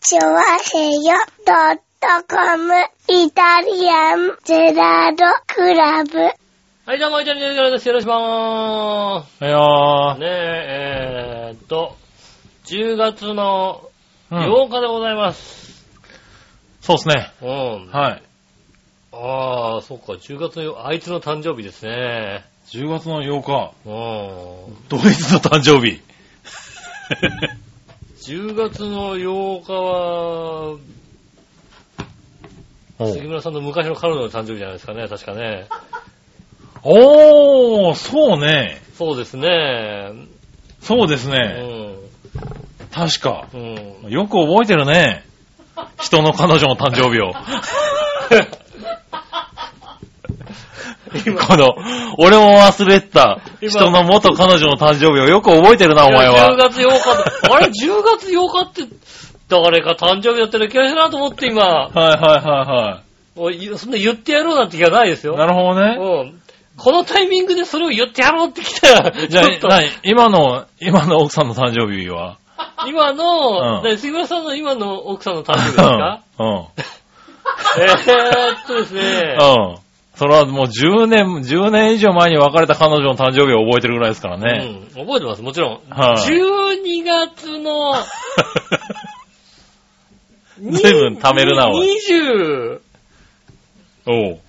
チョワヘヨドットコムイタリアンゼラードクラブ。はい、どうも、イタリアンジェラです。よろしくお願いしいやーます。ねえ、えーっと、10月のうん8日でございます。そうですね。うん。はい。ああ、そっか、10月のよ、あいつの誕生日ですね。 10月の8日、うん。ドイツの誕生日。 10月の8日は、 お杉村さんの昔の彼女の誕生日じゃないですかね、確かね。おー、そうね。そうですね。そうですうね。ん。確か。うん。よく覚えてるね。人の彼女の誕生日を。 この、俺も忘れてた。今人の元彼女の誕生日をよく覚えてるな、お前10は。月8日だ、あれ ?10 月8日って、誰か誕生日だったら気がするなと思って今、はいはいはもういそんな言ってやろうなんて気がないですいはい。よ。なるほどね。うん。このタイミングでそれを言ってやろうってきたら、じゃちょっとあ、なに今の、今の奥さんの誕生日は今の、うんね杉村さんの今の奥さんの誕生日ですかうん。うん。えーっとですね、うん。それはもう10年、10年以上前に別れた彼女の誕生日を覚えてるぐらいですからね。うん、覚えてます、もちろん。はい12月 の、に随分貯めるなおい20、おう。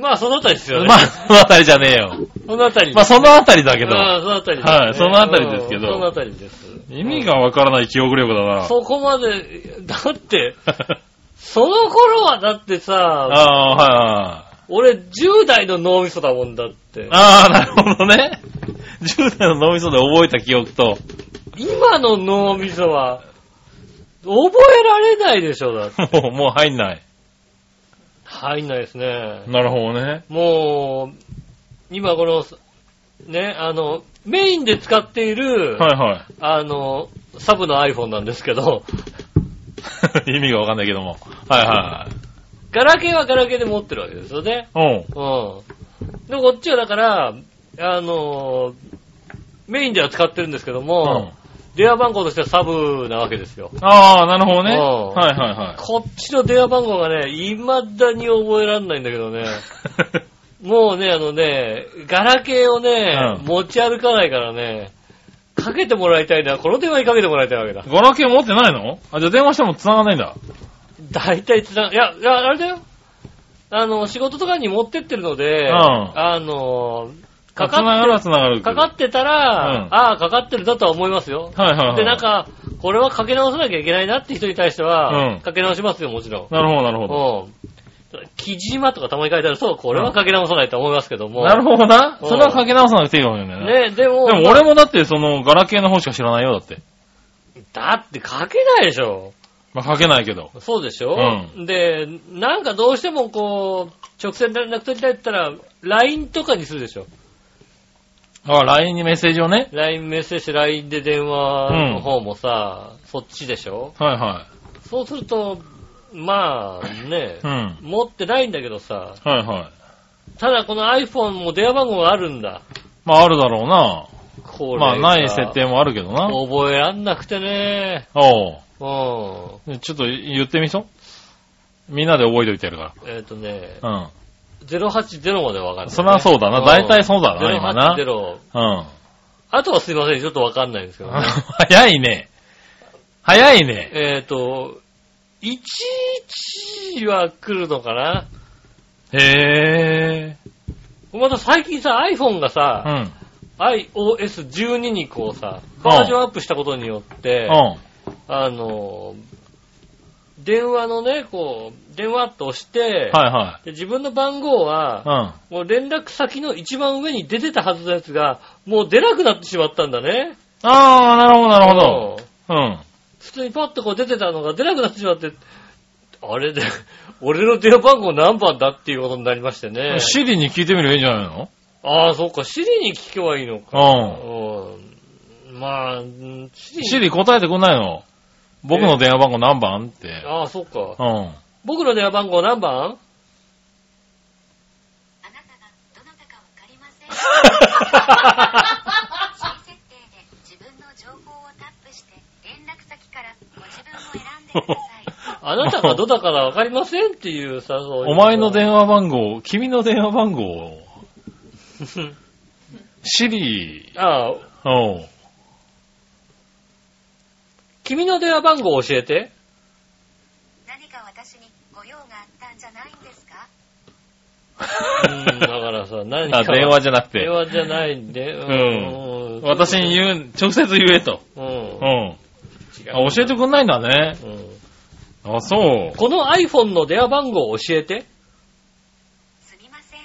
まあそのあたりですよね。まあ、そのあたりじゃねえよ。そのあたり。まあ、そのあたりだけああど、そのあたりです、はいそのあたりですけどうんそのあたりです。意味がわからない記憶力だな。そこまで、だって、その頃はだってさ、ああ、俺10代の脳みそだもんだってはいはい。。ああ、なるほどね。10代の脳みそで覚えた記憶と、今の脳みそは、覚えられないでしょ、だって。もう、もう入んない。入んないですね。なるほどね。もう、今この、ね、あの、メインで使っている、はいはあの、サブの iPhone なんですけど、い。意味がわかんないけども。はいはガラケーはガラケーで持ってるわけですよね。いはい。うん。で、こっちはだから、あのーメインでは使ってるんですけどおう。も、電話番号としてはサブなわけですよ。ああ、なるほどね。うんはいはいはい。 こっちの電話番号がね、未だに覚えられないんだけどね、もうね、あのね、ガラケーをね、うん持ち歩かないからね、かけてもらいたいな、この電話にかけてもらいたいわけだ。ガラケー持ってないのあ、じゃあ電話しても繋がんないんだ。大体つな、いや、いや、あれだよ。あの、仕事とかに持ってってるので、うんあのー、かか繋がっるては繋がるけど。かかってたら、うんああ、かかってるだとは思いますよ。はいはいはい。で、なん、か、これはかけ直さなきゃいけないなって人に対しては、うんかけ直しますよ、もちろん。なるほどなるほうど。ん。木島とかたまに書いてある、そう、これはかけ直さないと思いますけども。なるほどな。うんそれはかけ直さなくていいかもしれないね。ね、でも、でも俺もだってそのガラケーの方しか知らないよ、だって。だってかけないでしょ。まあかけないけど。そうでしょ、うで、なんかどうしてもこう、直線連絡取りたいって言ったら、LINE とかにするでしょ。あ、LINE にメッセージをね。 LINE メッセージ、LINE で電話の方もさ、そっちでしょはいはそうすると、まあね、い。うん。持ってないんだけどさ、はいはい。ただこの iPhone も電話番号があるんだ。まああるだろうな。これまあがない設定もあるけどな。お覚えらんなくてね。おうん。うちょっと言ってみそう。みんなで覚えておいてやるかえっ、とね、ら。 080までわかなうんん。い、そりゃそうだな。大体そうだだな、今な。 080。うん。あとはすいません、ちょっとわかんないんですけどね。 早いね。早いね。えっと、11は来るのかなへえ。また最近さ、iPhone がうさ、ん。 iOS12 にこうさ、バージョンアップしたことによって、うん。あの、電話のね、こう、電話って押して、はいはで自分の番号い。は、うん。もう連絡先の一番上に出てたはずのやつが、もう出なくなってしまったんだね。ああ、なるほど、なるほど。うんうん。普通にパッとこう出てたのが出なくなってしまって、あれで、 俺の電話番号何番だっていうことになりましてね。シリに聞いてみればいいんじゃないのああ、そっか、シリに聞けばいいのか。ううん。まあ、うんシん。リシリ答えてくんないの僕の電話番号何番って。ああ、そっか。うん。僕の電話番号何 番あなたがどなたかわかりません。新設定で自分の情報をタップして連絡先からご自 あなたがどだからわかりませんっていうさ、そういうお前の電話番号、君の電話番号を、シリー、 ああ、おう君の電話番号を教えて。何か私にご用があったんじゃないんですかうん、だからさ、何か。 あ、電話じゃなくて電、話じゃないんで。うん私に言う、直接言えと。うん。ううんん。あ教えてくんないんだね。うんあ、そう。この iPhone の電話番号を教えて。すみません。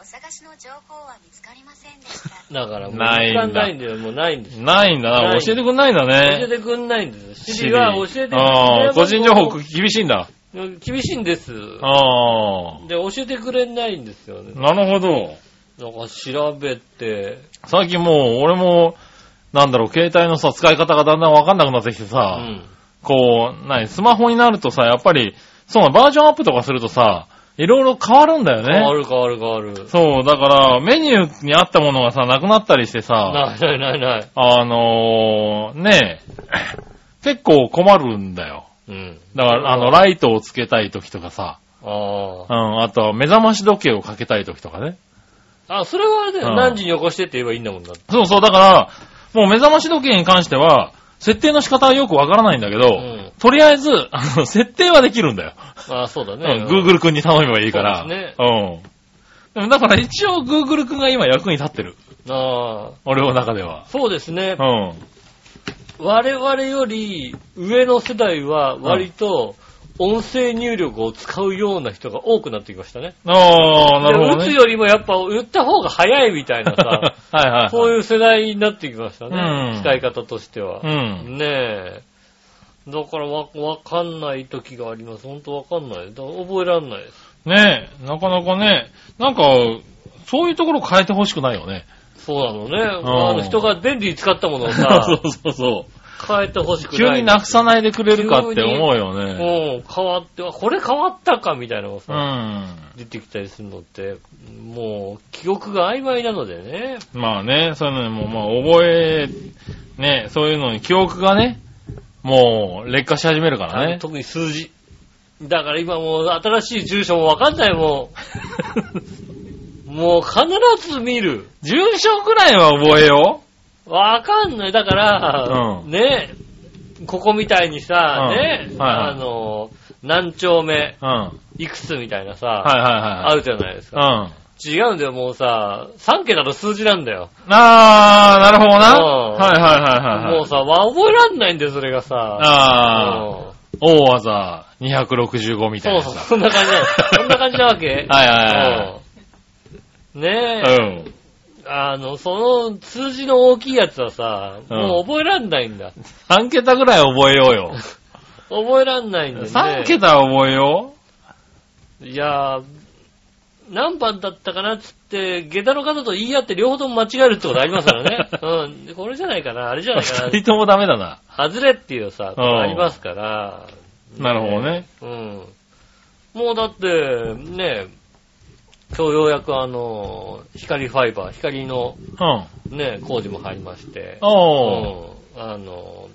お探しの情報は見つかりませんでした。だからもう、ないん時だ間ないんだよ、もうないんです。ないんだなな。い教えてくんないんだ教えね。てくんないんです。知シリりは教えてくんない。ああ、個人情報電厳しいんだ。話番号厳しいんです。ああ。で、教えてくれないんですよね。なるほど。なんか調べて、最近もう、俺も、なんだろう、携帯のさ、使い方がだんだんわかんなくなってきてうさ、ん。こう、何、スマホになるとさ、やっぱり、そうな、バージョンアップとかするとさ、いろいろ変わるんだよね。変わる変わる変わる。そう、だから、メニューにあったものがさ、なくなったりしてさ、ないないないない。あのー、ねえ、結構困るんだよ。うん。だから、あの、ライトをつけたい時とかさ、あう。ん、あとは目覚まし時計をかけたい時とかね。あ、それはあれだうよ。ん何時に起こしてって言えばいいんだもんだって。そうそう、だから、もう目覚まし時計に関しては、設定の仕方はよくわからないんだけど、んとりあえず、あの、設定はできるんだよ。あそうだうねん、。Google 君に頼めばいいから。そうですね。うん。でもだから一応 Google 君が今役に立ってる。ああ。俺の中では。そうですねう。ん。我々より上の世代は割と音声入力を使うような人が多くなってきましたね。ああ、なるほどで打つね。よりもやっぱ打った方が早いみたいな さ、はいはい。そうう。いう世代になってきましたね。うん使い方としては。うん。ねえ。だからわ、わかんない時があります。ほんとわかんない。だ覚えらんないです。ねえ、なかなかね、なんか、そういうところ変えてほしくないよね。そうなのね。あの人が便利に使ったものをさ、 そうそうそう。変えてほしく急ない。になくさないでくれるかって思うよね。うん、変わって、あこれ変わったかみたいなのがうさ、ん。出てきたりするのって、もう、記憶が曖昧なのでね。まあね、そういうのにも、まあ覚え、ね、そういうのに記憶がね、もう劣化し始めるからあのね。特に数字。だから今もう、新しい住所もわかんないも ん。もう、必ず見る。住所くらいは覚えよわかんない。だから、うんね、ここみたいにさ、うんね、はいはいあの、何丁目、う。うん。はいいくつみたいなさ、はいあはいはい。るじゃないですうか。ん。違うんだよ、もうさ、3桁の数字なんだよ。あー、なるほどな。うんはいはいはいはい。もうさ、わ覚えらんないんだよ、それがさ。あー、うん大技265みたそういなそう、さ。そんな感じなの。そ んな感じなわけはいはいはいうんねはえ、い。うん。あの、その数字の大きいやつはさ、うんもう覚えらんないんだ。 3桁ぐらい覚えようよ。覚えらんないんだよね。 3桁は覚えよいやー、何番だったかなっつって、下駄の方と言い合って両方とも間違えるってことありますから ね。うんで。これじゃないかな、あれ じゃう。ない か2人ともダメだな。な。外れっていうさ、うんありますから。なるほどね。うん。もうだって、ね、今日ようやくあの、光ファイバー、光のうん。ね、工事も入りまして。おー。うん。あの、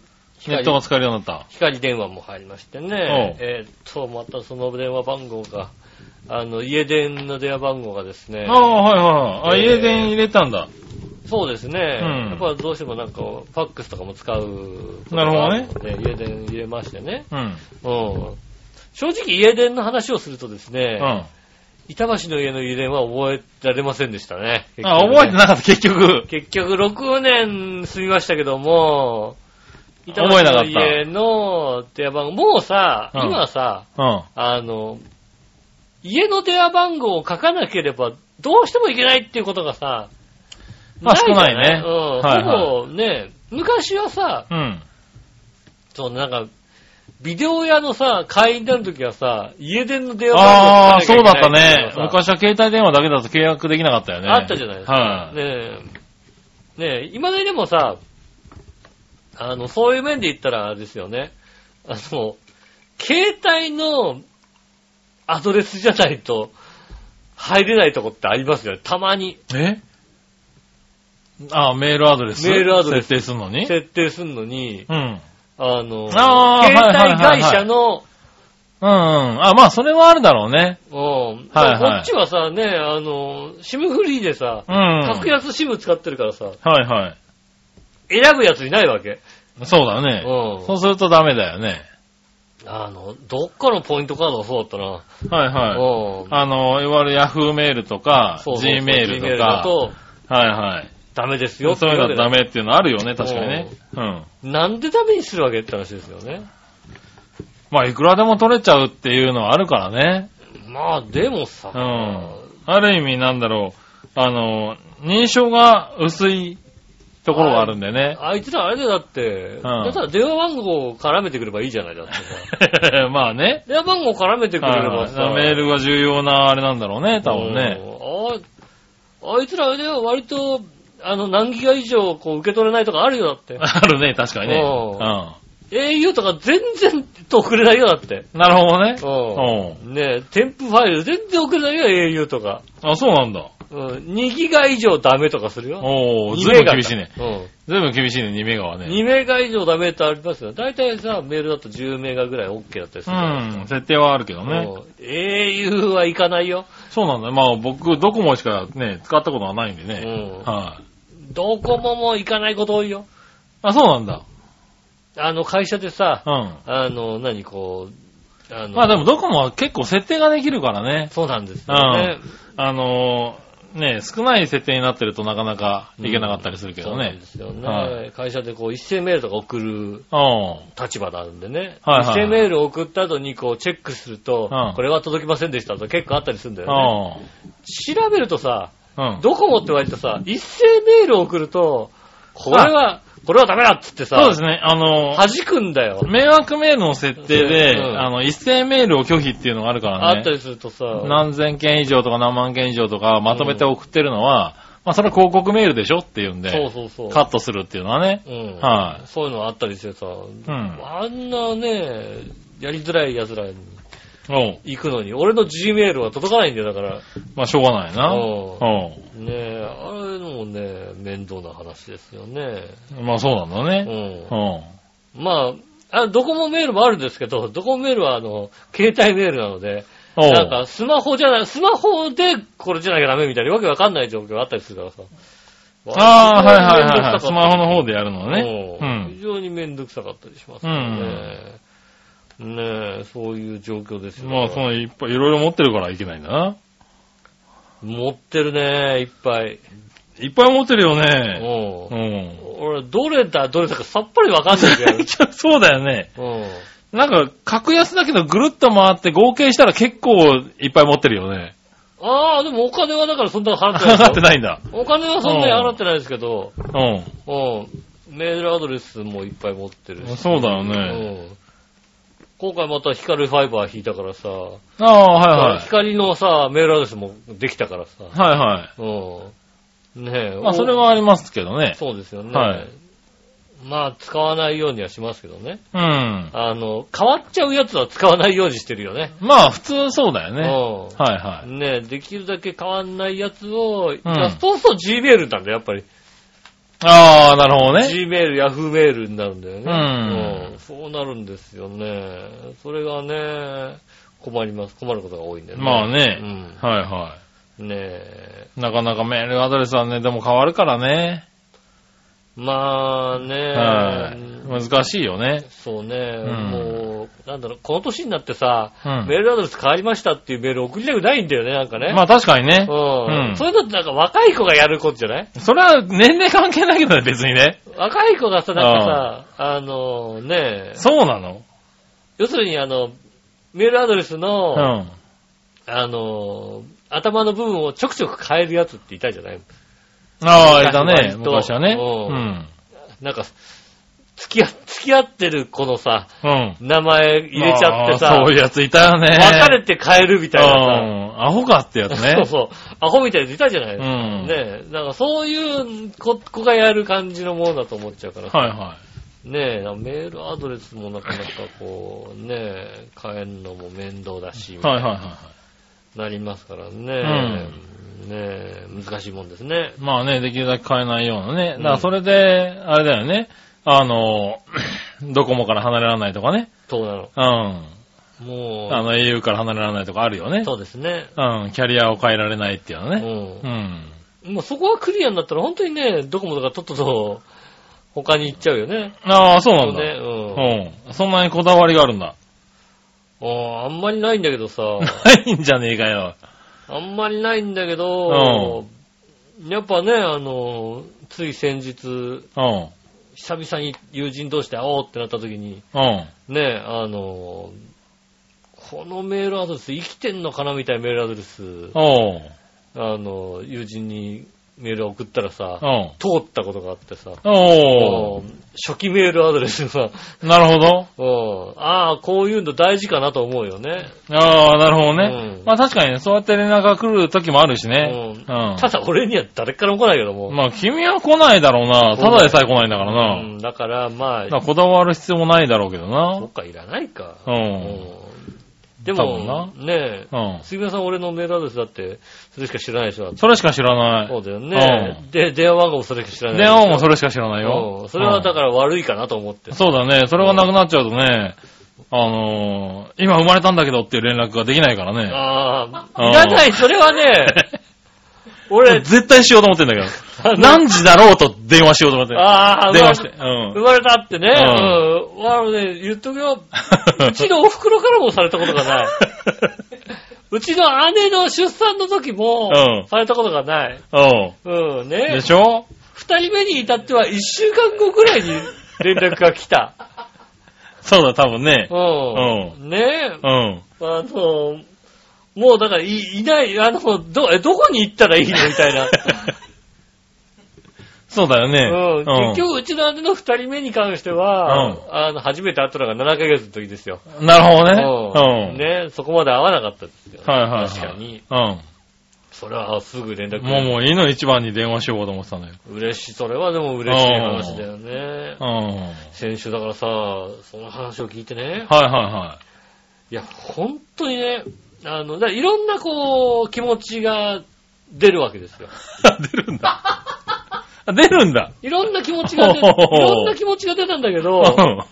ネットが使えるようになった。光電話も入りましてね、えーっと、またその電話番号が、あの、家電の電話番号がですね、ああ、はいはいはい。あ、えー家電入れたんだ。そうですね、うんやっぱどうしてもなんか、ファックスとかも使うことなるがあほので。家電入れましてね、ううん。ん。正直家電の話をするとですうねん。、あ、板橋の家の家電は覚えられませんでしたね。結局ね覚えてなかった、結局。結局6年住みましたけども、板橋覚えなかっのた家の電話番号、もうさ、うん今さ、うん。あの、家の電話番号を書かなければ、どうしてもいけないっていうことがさ、まあじゃ少ないねうん。はいはいほぼね、昔はさ、うん。そうなんか、ビデオ屋のさ、会員なの時はさ、家電の電話あ番号あ、書そうかだなっきゃいけたないねい。うのがさ昔は携帯電話だけだと契約できなかったよね。あったじゃないですか。はい。ねえ。ねえ、今だにでもさ、あの、そういう面で言ったらあれですよね。あの、携帯のアドレスじゃないと入れないとこってありますよね。たまにえああ、メールアドレスメールアドレス設定するのに設定すんのに、うん。あの、あ携ー帯はいはいはいはい会社の、うんうん。あ、まあ、それはあるだろうね。うん。はいはいこっちはさ、ね、あの、シムフリーでさ、うん。は格い安シム使ってるからさ、は選ぶやついないわけ。い。そうだうね。んそう。するとダメだよね。あの、どっかのポイントカードはそうだったな。はいはい。うん。あの、いわゆるヤフーメールとか、そうそうそう G メール Gmail だとか、と、はいはい。ダメですよってそう言いうわけのだダメっていうのあるよね、確かにね。うん。なんでダメにするわけって話ですよね。まあ、いくらでも取れちゃうっていうのはあるからね。まあ、でもさ、うん。ある意味なんだろう。あの、認証が薄いところがあるんだよね。あいつらあれでだって、だったら電話番号を絡めてくればいいじゃないだって さ。まあね。電話番号を絡めてくれればさ、はいはいメールが重要なあれなんだろうね、多分ね。ね。ああいつらあれだよ、割と、あの、何ギガ以上、こう、受け取れないとかあるよ、だ って。あるね、確かにね。おう au とか全然送れないよ、だって。ん。なるほどね。うんねえ、添付ファイル全然送れないよ、au とか。あ、そうなんだ。うん、2ギガ以上ダメとかするよ。おー、 2ずメいぶんガ厳しいね。。うん。ずいぶん厳しいね、2メガはね。 2メガ以上ダメってありますよ。大体さ、メールだと10メガぐらい OK だったりすうる。ん、設定はあるけどね。うん。au はいかないよ。そうなんだ。まあ僕、ドコモしかね、使ったことはないんでうね。ん。はい。ドコモもいかないこと多いよ。あ、そうなんだ。あの、会社でさ、うん。あの、何、こう、あの、まあでも、ドコモは結構設定ができるからね。そうなんですよね。あのー、ね、少ない設定になってるとなかなかいけなかったりするけそうどなんねで。すよはね。会社でこう、一斉メールとか送るうん。立場なんでね。はいはい一斉メールを送った後にこう、チェックするとうん、これは届きませんでしたと結構あったりするんだうよね。ん。調べるとさ、うん。ドコモって割とさ、一斉メールを送ると、これは、これはダメだっつってさ、そうですね。あのー、弾くんだよ。迷惑メールの設定で、うんあの、一斉メールを拒否っていうのがあるからあね。ったりするとさ、何千件以上とか何万件以上とかまとめて送ってるのは、まあそれは広告メールでしょっていうんで、そうそうそう。カットするっていうのはね。うんはそういうのあったりしてさ、んあんなね、やりづらい奴らにおう行くのに、俺の G メールは届かないんだよ、だから。まあしょうがないな。おうおねえ、あれのもね、面倒な話ですよね。うまあそうなんだうね。ん。おうまあ、あドコモメールもあるんですけど、ドコモメールはあの、携帯メールなので、おうなんかスマホじゃない、スマホでこれじゃなきゃダメみたいなわけわかんない状況があったりするからさ。ああ、はいはいはい、はい。ススママホホの方でやるのはねね。。非うん。常にめんどくさかったりしますよね。ねえ、そういう状況ですよね。まあそのいっぱいいろいろ持ってるからいけないんだな。持ってるね、いっぱい。いっぱい持ってるよね。う。うんん。 俺、どれだ、どれだかさっぱりわかんないけど。そうだよね。うん。なんか、格安だけどぐるっと回って合計したら結構いっぱい持ってるよね。ああ、でもお金はだからそんな払ってないですよ。か かってないんだ。お金はそんなに払ってないですけど、ううん。メールアドレスもいっぱい持ってるん。し。そうだようね。ん。今回また光ファイバー引いたからさ、ああ、はいはい。光のさ、メールアドレスもできたからさ、はいはうん。ねえ。い。まあ、おそれはありますけどね。そうですよね。はいまあ、使わないようにはしますけどね。うん。あの、変わっちゃうやつは使わないようにしてるよね。まあ、普通そうだよね。はういはん。い。ねえできるだけ変わんないやつを、いやそうそう G メールなんだよ、やっぱり。ああ、なるほどね。 G メール、Yahoo メールになるんだよね。うんうん。そうなるんですよね。それがね、困ります。困ることが多いんだよね。まあね。うんはいはねえ。い。なかなかメールアドレスはね、でも変わるからね。まあね、はい。うん難しいよね。そうね、んもう、なんだろう、この年になってさ、うんメールアドレス変わりましたっていうメール送りたくないんだよね、なんかね。まあ確かにね。うん。うんそういうのってなんか若い子がやることじゃないそれは年齢関係ないけどね、別にね。若い子がさ、なんかさ、あのね、そうなの要するにあの、メールアドレスうの、ん。あの、頭の部分をちょくちょく変えるやつっていたじゃないああ、いたね。昔昔ははね。ねうん。なんか、付き合、付き合ってる子のさ、うん。名前入れちゃってまさあ、そういうやついたよね。別れて変えるみたいなさ、うん。アホかってやつね。 そうそう。アホみたいなやついたじゃないですか。うねんえ。なんかそういう子子がやる感じのものだと思っちゃうから。はいはねえ、メールアドレスもなかなかこう、ねえ、変えるのも面倒だし、い。はいはいはいはなりますからね。ねえ、難しいもんですね。い。まあね、できるだけ変えないようなね。だからうんそれで、あれだよね。あの、 ドコモから離れられないとかね。そうなの。うん。もう、あの au から離れられないとかあるよね。そうですね。うん。キャリアを変えられないっていうのうね。んう。ん。もうそこがクリアになったら本当にね、ドコモとかとっとと他に行っちゃうよね。ああ、そうなんそうねだ。。うん。うん。そんなにこだわりがあるんだ。あーあんまりないんだけ どさ、ないんじゃねえかよ。あんまりないんだけど、やっぱね、あの、つい先日、うん。久々に友人同士で会おうってなった時に、うん。ね、あの、このメールアドレス生きてんのかなみたいなメールアドレス、おう。あの、友人にメールを送ったらさ、うん。通ったことがあってさ、おうん初期メールアドレスが、う。なるほうど。んああ、こういうの大事かなと思うよね。ああ、なるほどね。うんまあ確かにね、そうやって連絡が来る時もあるしね。うんうん。ただ俺には誰からも来ないけども。まあ君は来ないだろうな。ただでさえ来ないんだからうな。ん、だからまだかあ、らこだわる必要もないだろうけどそなっ。か、いらないか。う。うんで多も、分ねえ、うん。杉村さん俺のメールアドレスだって、それしか知らないでしょ。それしか知らなそうい。だよね。で、電話番号もそれしか知らない。電話もそれれしか知らないよ。それはだら。から悪いかなと思って。そうだね。それがなくなっちゃうとね、あのー、今生まれたんだけどっていう連絡ができないからね。ああ、うんいらない、それは ね、俺、絶対しようと思ってんだけど。何時だろうと電話しようと思って。ああ、電話して。う生ん。まれたってね、ううんん、あのね、言っとくよ、うちのお袋からもされたことが ない。うちの姉の出産の時うもん、されたことがない。 うん。うん、でね。しょ二人目に至っては一週間後ぐらいに連絡が来た。 そうだ、多分ねう。ん。ねえ、うん。 あの、もうだからい、いない、あの、ど、えどこに行ったらいいのみたい な。そうだよね。うん、結う局、うちの姉の二人目に関しては、うんあの、初めて会ったのが7ヶ月の時ですよ。ん。なるほどね。ううんん。ね、そこまで会わなかったですよ。はいはいはい。確かに。。うそれはすぐ連絡ん。もうもういいの一番に電話しようかと思って たんだよ。嬉しい、それはでも嬉しい話だよねう。ん。はい先週だからさ、その話を聞いてね、はいは いや、本当にね、あの、だからいろんなこう、気持ちが出るわけですよ。い。出るんだ。出るんだ。いろんな気持ちが 出る、いほほほろんな気持ちが出たんだけうど、ん。本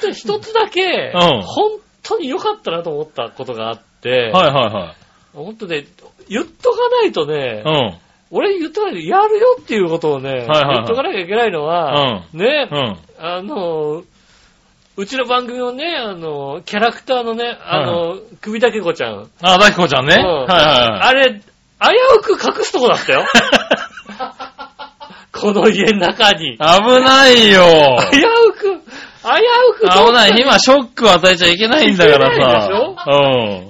当に一つだけ、うん本当に良かったなと思ったことがあって、はいは本当ね、言っとかないとねい、はい。俺言っとかないとやるよっていうことをね、いはいはい言っとかなきゃいけないのは、ね、うん。うん。あの、うちの番組のね、あの、キャラクターのね、あの、首だけ子ちゃん。うんあ、だきこちゃんね。はいはあれ、危うく隠すとこだ ったよ。この家の中にい。。はい。危ないよ。危うく、危うく。危ない。今、ショックを与えちゃいけないんだからさ。い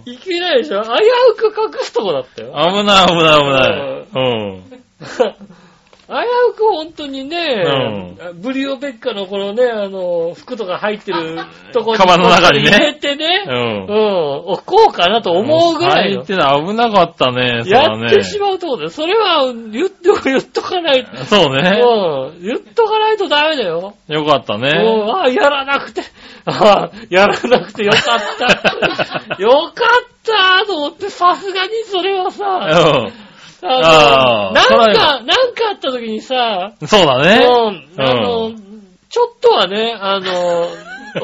うん。いけないでしょ危うく隠すとこだったよ。危ない危ない危ない。うん。危うく本当にね、ブリオベッカのこのね、あの、服とか入ってるとこにカバンの中にね入れてね、うんうん、置こうかなと思うぐらい最の。低だ、危なかったね、それやはね。ってしまうとこだよ。それは言って、言っとかないと。そうね。うん。言っとかないとダメだよ。よかったうね。ん。ああ、やらなくて、ああ、やらなくてよか った。よかったと思って、さすがにそれはうさ、ん。あのああなんそれはか、なんかあった時にさ、そうだうね。ん。あうのん、ちょっとはね、あ の、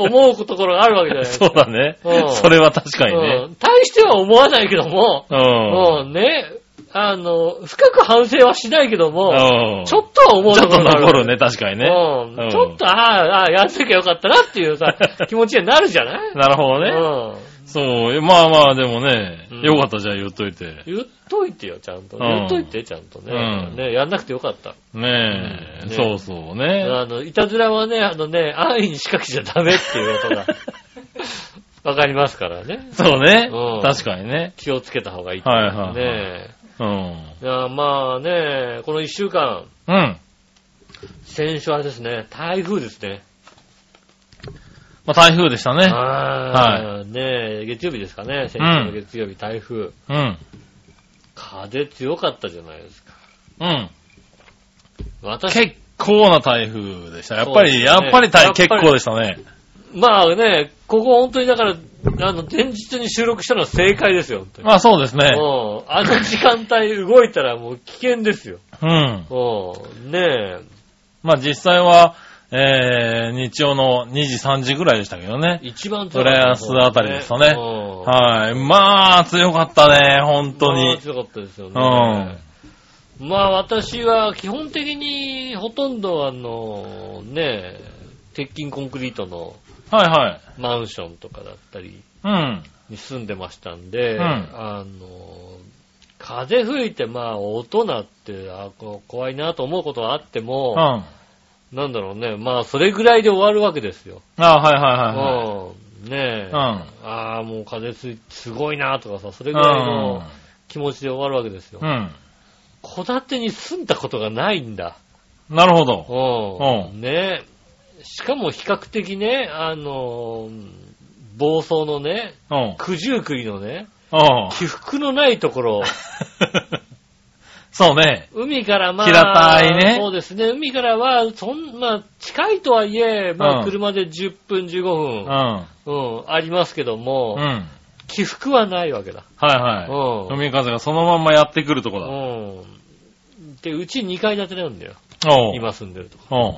思うところがあるわけじゃないですそかう。だねうん。それは確かにうね。ん。対しては思わないけども、うん。うん、ね、あの、深く反省はしないけども、うんちょっとは思うちょっことろがあ残るね、確かにね。う、うんんちょっと、ああ、ああ、やっときゃよかったなっていう さ、気持ちになるじゃないなるほどね。うん。そう。まあまあ、でもねうん、よかったじゃあ言っといて。言っといてよ、ちゃんと。うん言っといて、ちゃんとね。うんね、やんなくてよかった。ねうんえ。ねそうそうね。あの、いたずらはね、あのね、安易に仕掛けちゃダメっていう ことが、わかりますからね。そうねうん。確かにね。気をつけた方がいい。はいはいはいねうん。いやまあね、この一週間、うん。先週はですね、台風ですね。まあ、台風でしたね。はい。ねえ、月曜日ですかね。先週の月曜日、台風。うん。風強かったじゃないですか。うん。私、結構な台風でした。やっぱり、そうですねやっぱり台やっぱり結構でしたね。まあね、ここ本当にだから、あの、前日に収録したのは正解ですよ、本当に。まあそうですね。もう、あの時間帯動いたらもう危険ですよ。うん。もう、ねえ。まあ実際は、えー、日曜の2時、3時ぐらいでしたけどね。一番浦安あたりでしたね本はい。まあ、強かったね、本当に。強かったですよね。うんまあ私は基本的にほとんどあの、ね、鉄筋コンクリートのはいはい。マンションとかだったりうん。に住んでましたんで、うんあの、風吹いてまあ音鳴ってあこ怖いなと思うことはあってうもん。、あなんだろうね、まあそれぐらいで終わるわけですよ。はいはいはいはい。うんねえ、うんああ、もう風ついすごいなとかさ、それうぐらいのん。気持ちで終わるわけですよう。ん。戸建てに住んだことがないんだ。なるほど。う。うんねえ。しかも比較的ね、あのー暴走のね、うん。うん。九十九里のね、起伏のないところ、 そうね。海からまあ、平たいねそうですね、海からは、そん、まあ、近いとはいえ、まうあ、ん車で10分、15う分ん。、ううん、ありますけども、ん。起伏はないわけだ。はいはうい。ん。海風がそのまんまやってくるとこだ。うん。で、うち2階建てなんだよ。おう。今住んでるとこ。おう。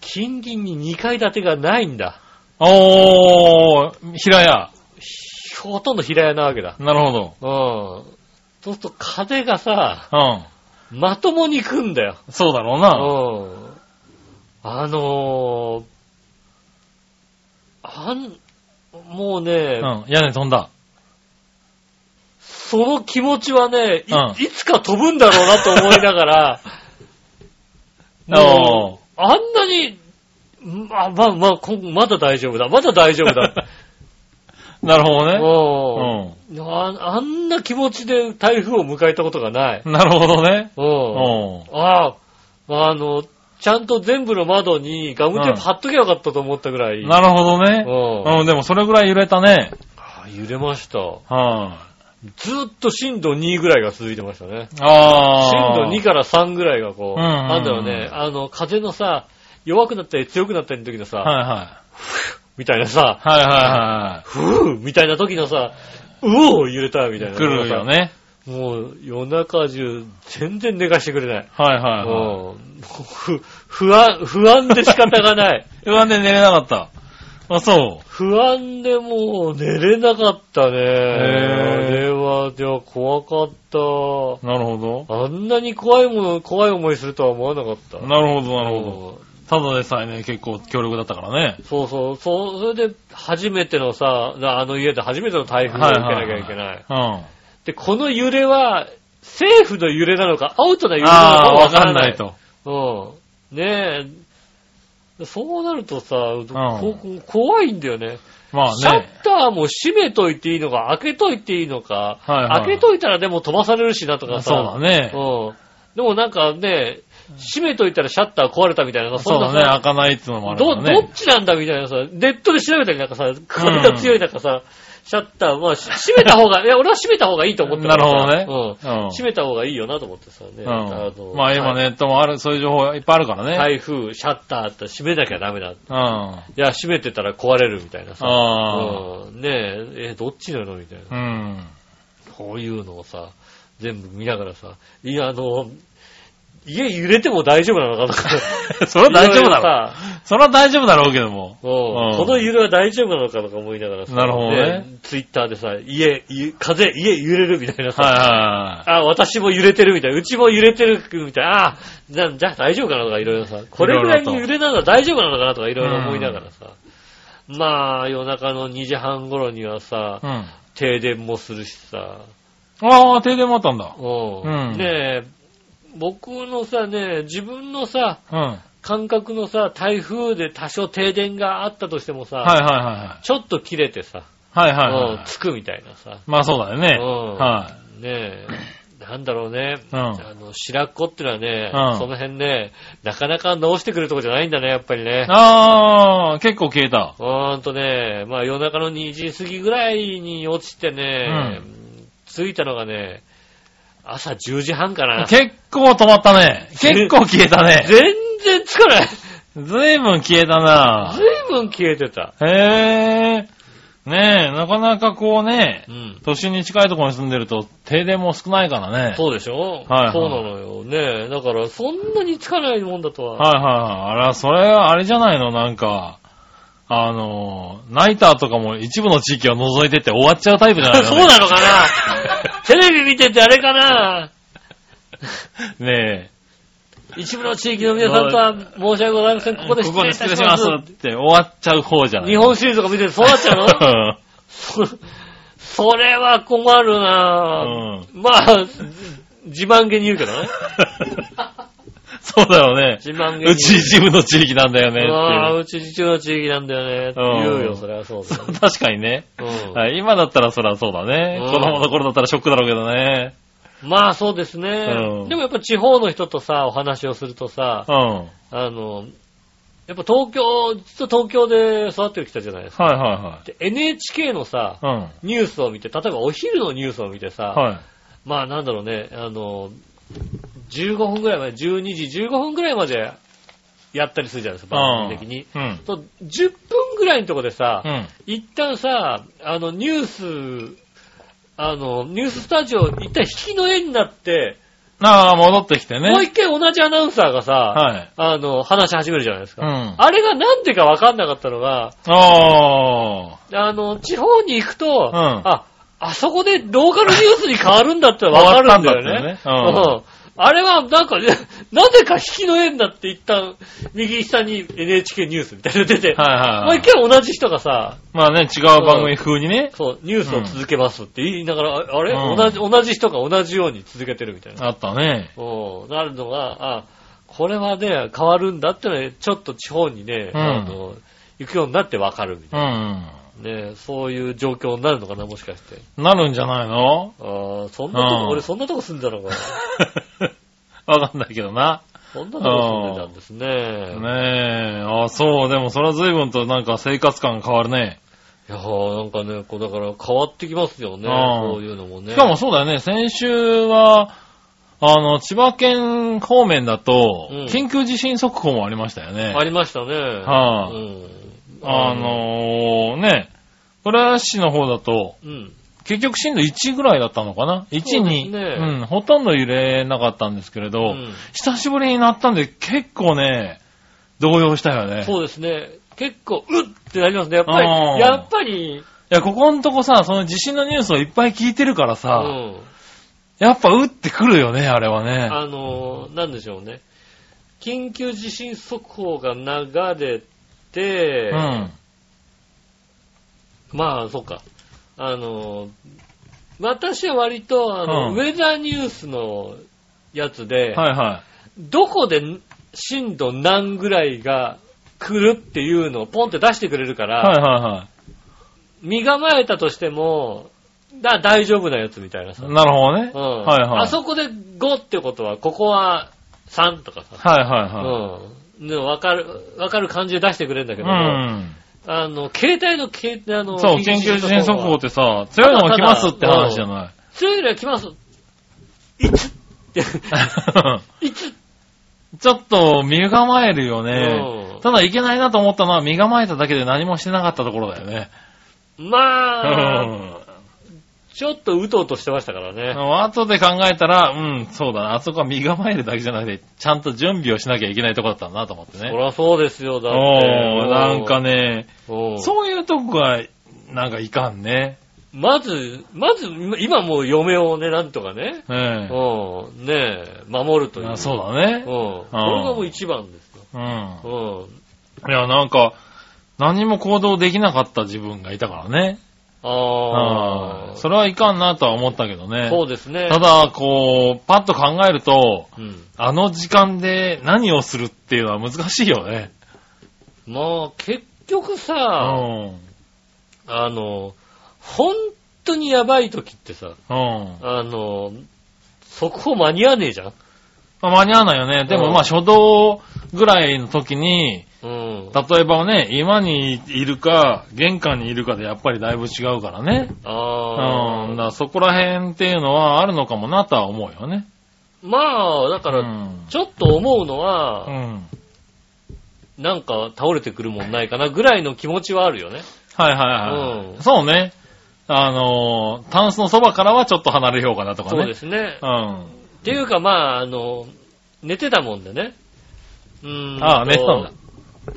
近隣に2階建てがないんだ。おー、平屋。ひほとんど平屋なわけだ。なるほど。うん。そうすると風がさ、うん。まともに来んだよ。そうだろううな。ん。あのー、あん、もうね、うん。屋根飛んだ。その気持ちはね、い,、うんつか飛ぶんだろうなと思いなが ら、おーもうあんなに、ま、ま、ま、こまだ大丈夫だ、まだ大丈夫だ。 なるほどね。おうーああんな気持ちで台風を迎えたことがない。ん。なるほどね。おーおう。ああ、あの、ちゃんと全部の窓にガムテープ貼っときゃよかったと思ったぐらい。なるほどね。うんうん、でもそれぐらい揺れたね。あー揺れました。はずーっと震度2ぐらいが続いてましたね。い。あ震あ。度2から3ぐらいがこう、うんうんうんなんだろうね、あの、風のさ、弱くなったり強くなったりの時のさ、はいはみたいなさ、い。はいはふぅみたいな時のさ、うおー揺れたみたいいはい。な。来るよ。ね。もう夜中中全然寝かしてくれない。はいはいはい。うんふ不安、不安で仕方がない。 不安で寝れなかった。あ、そ不安でもう寝れなかったね。あれは、では怖かっう。なるほど。た。あんなに怖いもの、怖い思いするとは思わなかった。なるほど、なるほど。ど。ただでさえね、結構強力だったからね。そうそう、そう、それで初めてのさ、あの家で初めての台風を受けなきゃいけない。うん。で、この揺れは、セーフの揺れなのか、アウトな揺れなのあかあ、わわかかんらなないい。と。うん。ねえ。そうなるとさ、んこ怖いんだよね。まシャあッね。ターも閉めといていいのか、開けといていいのか、はいはい開けといたらでも飛ばされるしなとかさ。そうだね。うん。でもなんかね、閉めといたらシャッター壊れたみたいなさ、そうだんね。なさ開かないっていうのもあるからど、ね。どっちなんだみたいなさ、ネットで調べたりなんかさ、風が強い中さ、シャッター、まあ、し閉めた方 が、いや、俺は閉めた方がいいと思ってなるほどね。うん。うん閉めた方がいいよなと思ってさ、ね。あうのん。まあ今。ネットもある、そういう情報いっぱいあるからね。台風、シャッターあって閉めなきゃダメだ。いうん。あや、閉めてたら壊れるみたいなさ。あ。うん。ねえ、え、どっちなのみたいな。うん。こういうのをさ、全部見ながらさ、いや、あの、家揺れても大丈夫なのかとか。 それは大丈いろい夫だろろさそれは大丈夫だろうけども。うんうんこの揺れは大丈夫なのかとか思いながらさ、なるほどねツイッターでさ、家、ゆ風、家揺れるみたいなさ、はあ、私も揺れてるみたいな、うちも揺れてるみたいな、あ、じゃあ、じゃあ大丈夫かなとかいろいろさ、これぐらいに揺れなのは大丈夫なのかなとかいろいろ思いながらさ、まあ、夜中の2時半頃にはさい、はい。うん。停電もするしさ、ああ、停電もあったんだ。うんうんねえ、僕のさ、ね自分のさ、うん。はい感覚のさ、台風で多少停電があったとしてもさ、はいはちょっと切れてさ、いはい。はいはいはいうんはい。つくみたいなさ。まあそうだよね。うんはねえ、なんだろうね。うんあの、白子ってのはね、うんその辺ね、なかなか直してくるとこじゃないんだね、やっぱりい。ね。ああ、結構消えた。うーんとね、まあ夜中の2時過ぎぐらいに落ちてね、う着いたのがね、朝10時半かな。結構止まっ たね。結構消えたね。全然つかない。ずいぶん消えたなずいぶん消えてた。へえ。ねえ、なかなかこうねう、ん。都心に近いところに住んでると停電も少ないからね。そうでしょはいはいそうなのよ。ねえ。だから、そんなにつかないもんだと は。はいはいはい。あら、それはあれじゃないのなんか、あの、ナイターとかも一部の地域を除いてって終わっちゃうタイプじゃないの そうなのかなテレビ見ててあれかなね一部の地域の皆さんとは申し訳ございません。え。ここでこ失こ礼でい失た礼ししまますす。って終わっちゃう方じゃない日本シリーズとか見ててそうなっちゃうのそ それは困るなぁ。うん。 まあ、自慢げに言うけどね。そうだよね。自慢げに。うち一部の地域なんだよねうわぁっうち一部の地域なんだよね。ってうん言うよ、それはそうていだう。よ そう確かにね。うんはい今だったらそりゃそうだね。うん子供の頃だったらショックだろうけどね。まあそうですね。うんでもやっぱ地方の人とさ、お話をするとさ、うん。はいあの、やっぱ東京、ずっと東京で育ってきたじゃないですか。はで NHK のさい、はい。ニュースを見て、例えばお昼のニュースを見てさ、うん。はい。まあなんだろうね、あの、15分ぐらいまで、12時15分ぐらいまでやったりするじゃないですか、番組的に。うん。と10分ぐらいのとこでさ、うん。一旦さ、あの、ニュース、あの、ニューススタジオ、一旦引きの絵になって、ああ、戻ってきてね。もう一回同じアナウンサーがさ、はい。あの、話し始めるじゃないですうか。ん。あれがなんでかわかんなかったのが、ああの、地方に行くと、んあ、あそこでローカルニュースに変わるんだったらわかるんだよ ね。変わったんだってねうんうんあれは、なんかね、 なぜか引きの縁だって一旦、右下に NHK ニュースみたいなの出て、あ。はいはい。もう一。回同じ人がさ、まあね、違う番組風にね。そう、ニュースを続けますって言いながら、ああれ、うん同じ、同じ人が同じように続けてるみたいな。あったね。うん、なるのが、あ、これはね、変わるんだってのは、ちょっと地方にね、うんあの、行くようになってわかるみたういん。な。ね、そういう状況になるのかな、もしかして。なるんじゃない のああ、そんなとうんこ、俺そんなとこ住んでたの かな。わかんないけどな。そんなとこ住んでたんですね。ねえ。あそう、でもそれは随分となんか生活感が変わるね。いやーなんかね、こうだから変わってきますよね、うんそういうのもね。しかも、そうだよね、先週は、あの、千葉県方面だとうん、緊急地震速報もありましたよね。ありましたね。はあうん。あ、のー、ね、浦安市の方だと、うん。結局震度1ぐらいだったのかな ?1、そうです2、ねうん、ほとんど揺れなかったんですけれど、うん久しぶりになったんで結構ね、動揺したよね。いそうですね。結構、うっってなりますね。やっぱりうん、やっぱり、や、ここのとこさ、その地震のニュースをいっぱい聞いてるからうさ、ん。やっぱ打ってくるよね、あれはね。あのー、なんでしょうね。緊急地震速報が流れて、うん。まあ、そっか。あのー、私は割と、あの、うんウェザーニュースのやつで、はいはどこで震度何ぐらいが来るっていうのをポンって出してくれるかい。ら、はいは身構えたとしても、だ、大丈夫なやつみたいなさ。いはい。なるほどね。うん。はいはい。あそこで5ってことは、ここは3とかさ。はいはいはうん。でも分かる、わかる感じで出してくれるんだい。けうど、ん。あの、携帯の携あの、そう、緊急地震速報ってさ、強いのが来ますって話じゃない。強いよりは来ます。いつって、いつ、ちょっと身構 えるよね。うんただいけないなと思ったのは身構えただけで何もしてなかったところだよね。まあ、うちょっとうとうとしてましたからね。ん。 後で考えたら、うん、そうだな。あそこは身構えるだけじゃなくて、ちゃんと準備をしなきゃいけないとこだったんだなと思ってそね。りゃそうですよ、だおっーて。なんかね、うんそういうとこが、なんかいかんね。まず、まず、今今もう嫁をね、なんとかね、ええうん、ねえ、守るという。あそうだうん。ね。これがもう一番ですよ。うん。うん。いや、なんか、何も行動できなかった自分がいたからね。あうあ、んそれはいかんなとは思ったけどね。そうですね。ただ、こう、パッと考えると、うん。あの時間で何をするっていうのは難しいよね。まあ、結局うさ、ん。あの、本当にやばい時ってさ、うん。あの、速報間に合わねえじゃん。まあ間に合わないよね。でうもんまあ初動ぐらいの時に、うん。例えばね、今にいるか、玄関にいるかでやっぱりだいぶ違うからね。あうん。だかあら、そこら辺っていうのはあるのかもなとは思うよね。まあ、だから、うん。ちょっと思うのは、うん。なんか倒れてくるもんないかなぐらいの気持ちはあるよね。はいはいはい。うんそうね。あのー、タンスのそばからはちょっと離れようかなとかね。そうですねう。ん。っていうか、まあ、あの、寝てたもんでね。うーん。ああ寝てたんだ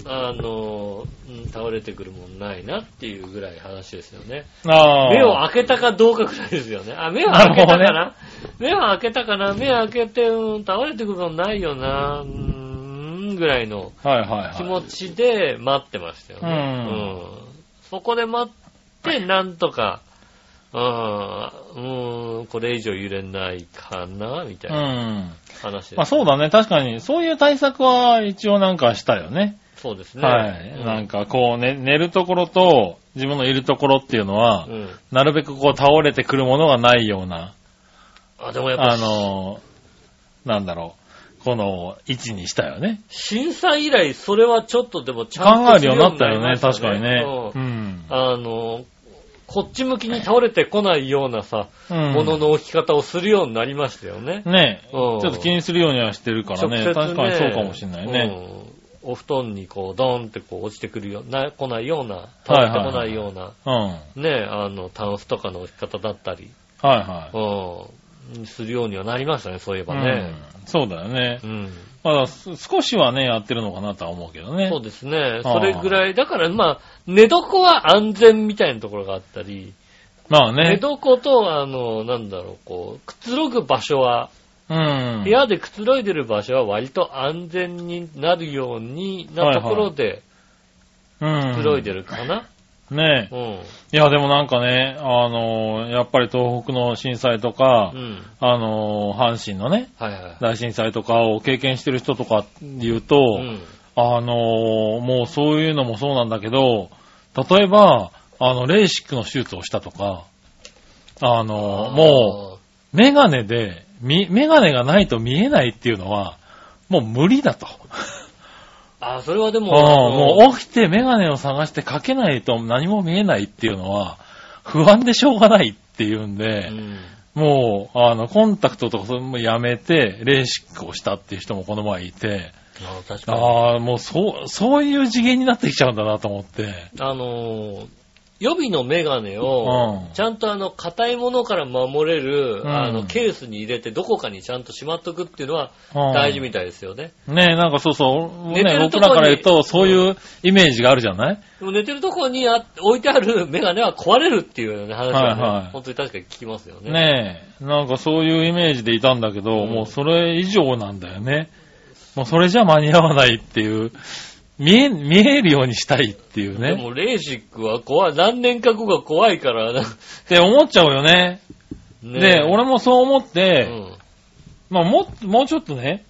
あの、うん倒れてくるもんないなっていうぐらい話ですよね。ああ。目を開けたかどうかくらいですよね。あ、目を開けたかな目を開けたかな目を開けて、うん、倒れてくるもんないよなうーん、ぐらいのはいはいはい。気持ちで待ってましたよね。うん。うんそこで待って、なんとか、あーうーん、これ以上揺れないかなみたいうなん話です。まあそうだね。確かに、そういう対策は一応なんかしたよね。そうですね。はい。うんなんかこう、ね、寝るところと自分のいるところっていうのは、うん。なるべくこう倒れてくるものがないような、あ、でもやっぱ、あのー、なんだろう、この位置にしたよね。震災以来、それはちょっとでもちゃん考とえるようになったよね、する確かにね。ううんん。あの、こっち向きに倒れてこないようなさ、うんものの置き方をするようになりましたよね。ねえ、ちうんょっと気にするようにはしてるからね。確かにそうかもしれないね。うんお布団にこう、ドーンってこう落ちてくるような、来ないような、倒れてこないような、うん。はいね、あの、タンスとかの置き方だったり、はい。うん、するようにはなりましたね、そういえばね。うんそうだよねう。ん。まだす少しはね、やってるのかなとは思うけどね。そうですね。あーそれぐらい、だからまあ、寝床は安全みたいなところがあったり、まあ寝ね。床と、あの、なんだろう、こう、くつろぐ場所は、うん。部屋でくつろいでる場所は割と安全になるようになところでうん。くつろいでるかな。ねえ。うん。いや、でもなんかね、あのーやっぱり東北の震災とか、うん。あのー阪神のね、はいはい。大震災とかを経験してる人とか言うと、うん。あのーもうそういうのもそうなんだけど、例えば、あの、レーシックの手術をしたとか、あのーもう、メガネで、み、メガネがないと見えないっていうのは、もう無理だと。う、あーそれはでうんも、もう起きてメガネを探してかけないと何も見えないっていうのは、不安でしょうがないっていうんうで、ん。もう、あの、コンタクトとかそれもやめて、レーシックをしたっていう人もこの前いて、あー確かに。ああ、もうそう、そういう次元になってきちゃうんだなと思って。あのー予備のメガネうをん、ちゃんとあの、硬いものから守れる、うんあの、ケースに入れて、どこかにちゃんとしまっとくっていうのは、うん大事みたいですよね。ねえ、なんかそうそう、寝てね、る僕とこにらから言うと、そういうイメージがあるじゃないでも寝てるとこにあ置いてあるメガネは壊れるっていうような話はね、はいはい本当に確かに聞きますよね。ねえ、なんかそういうイメージでいたんだけど、んもうそれ以上なんだよね。もうそれじゃ間に合わないっていう、見え、見えるようにしたいっていうでね。も、レーシックは怖い。何年か後が怖いからな。って思っちゃうよね。ねで、俺もそう思って、うんまあもっ、もうちょっとね、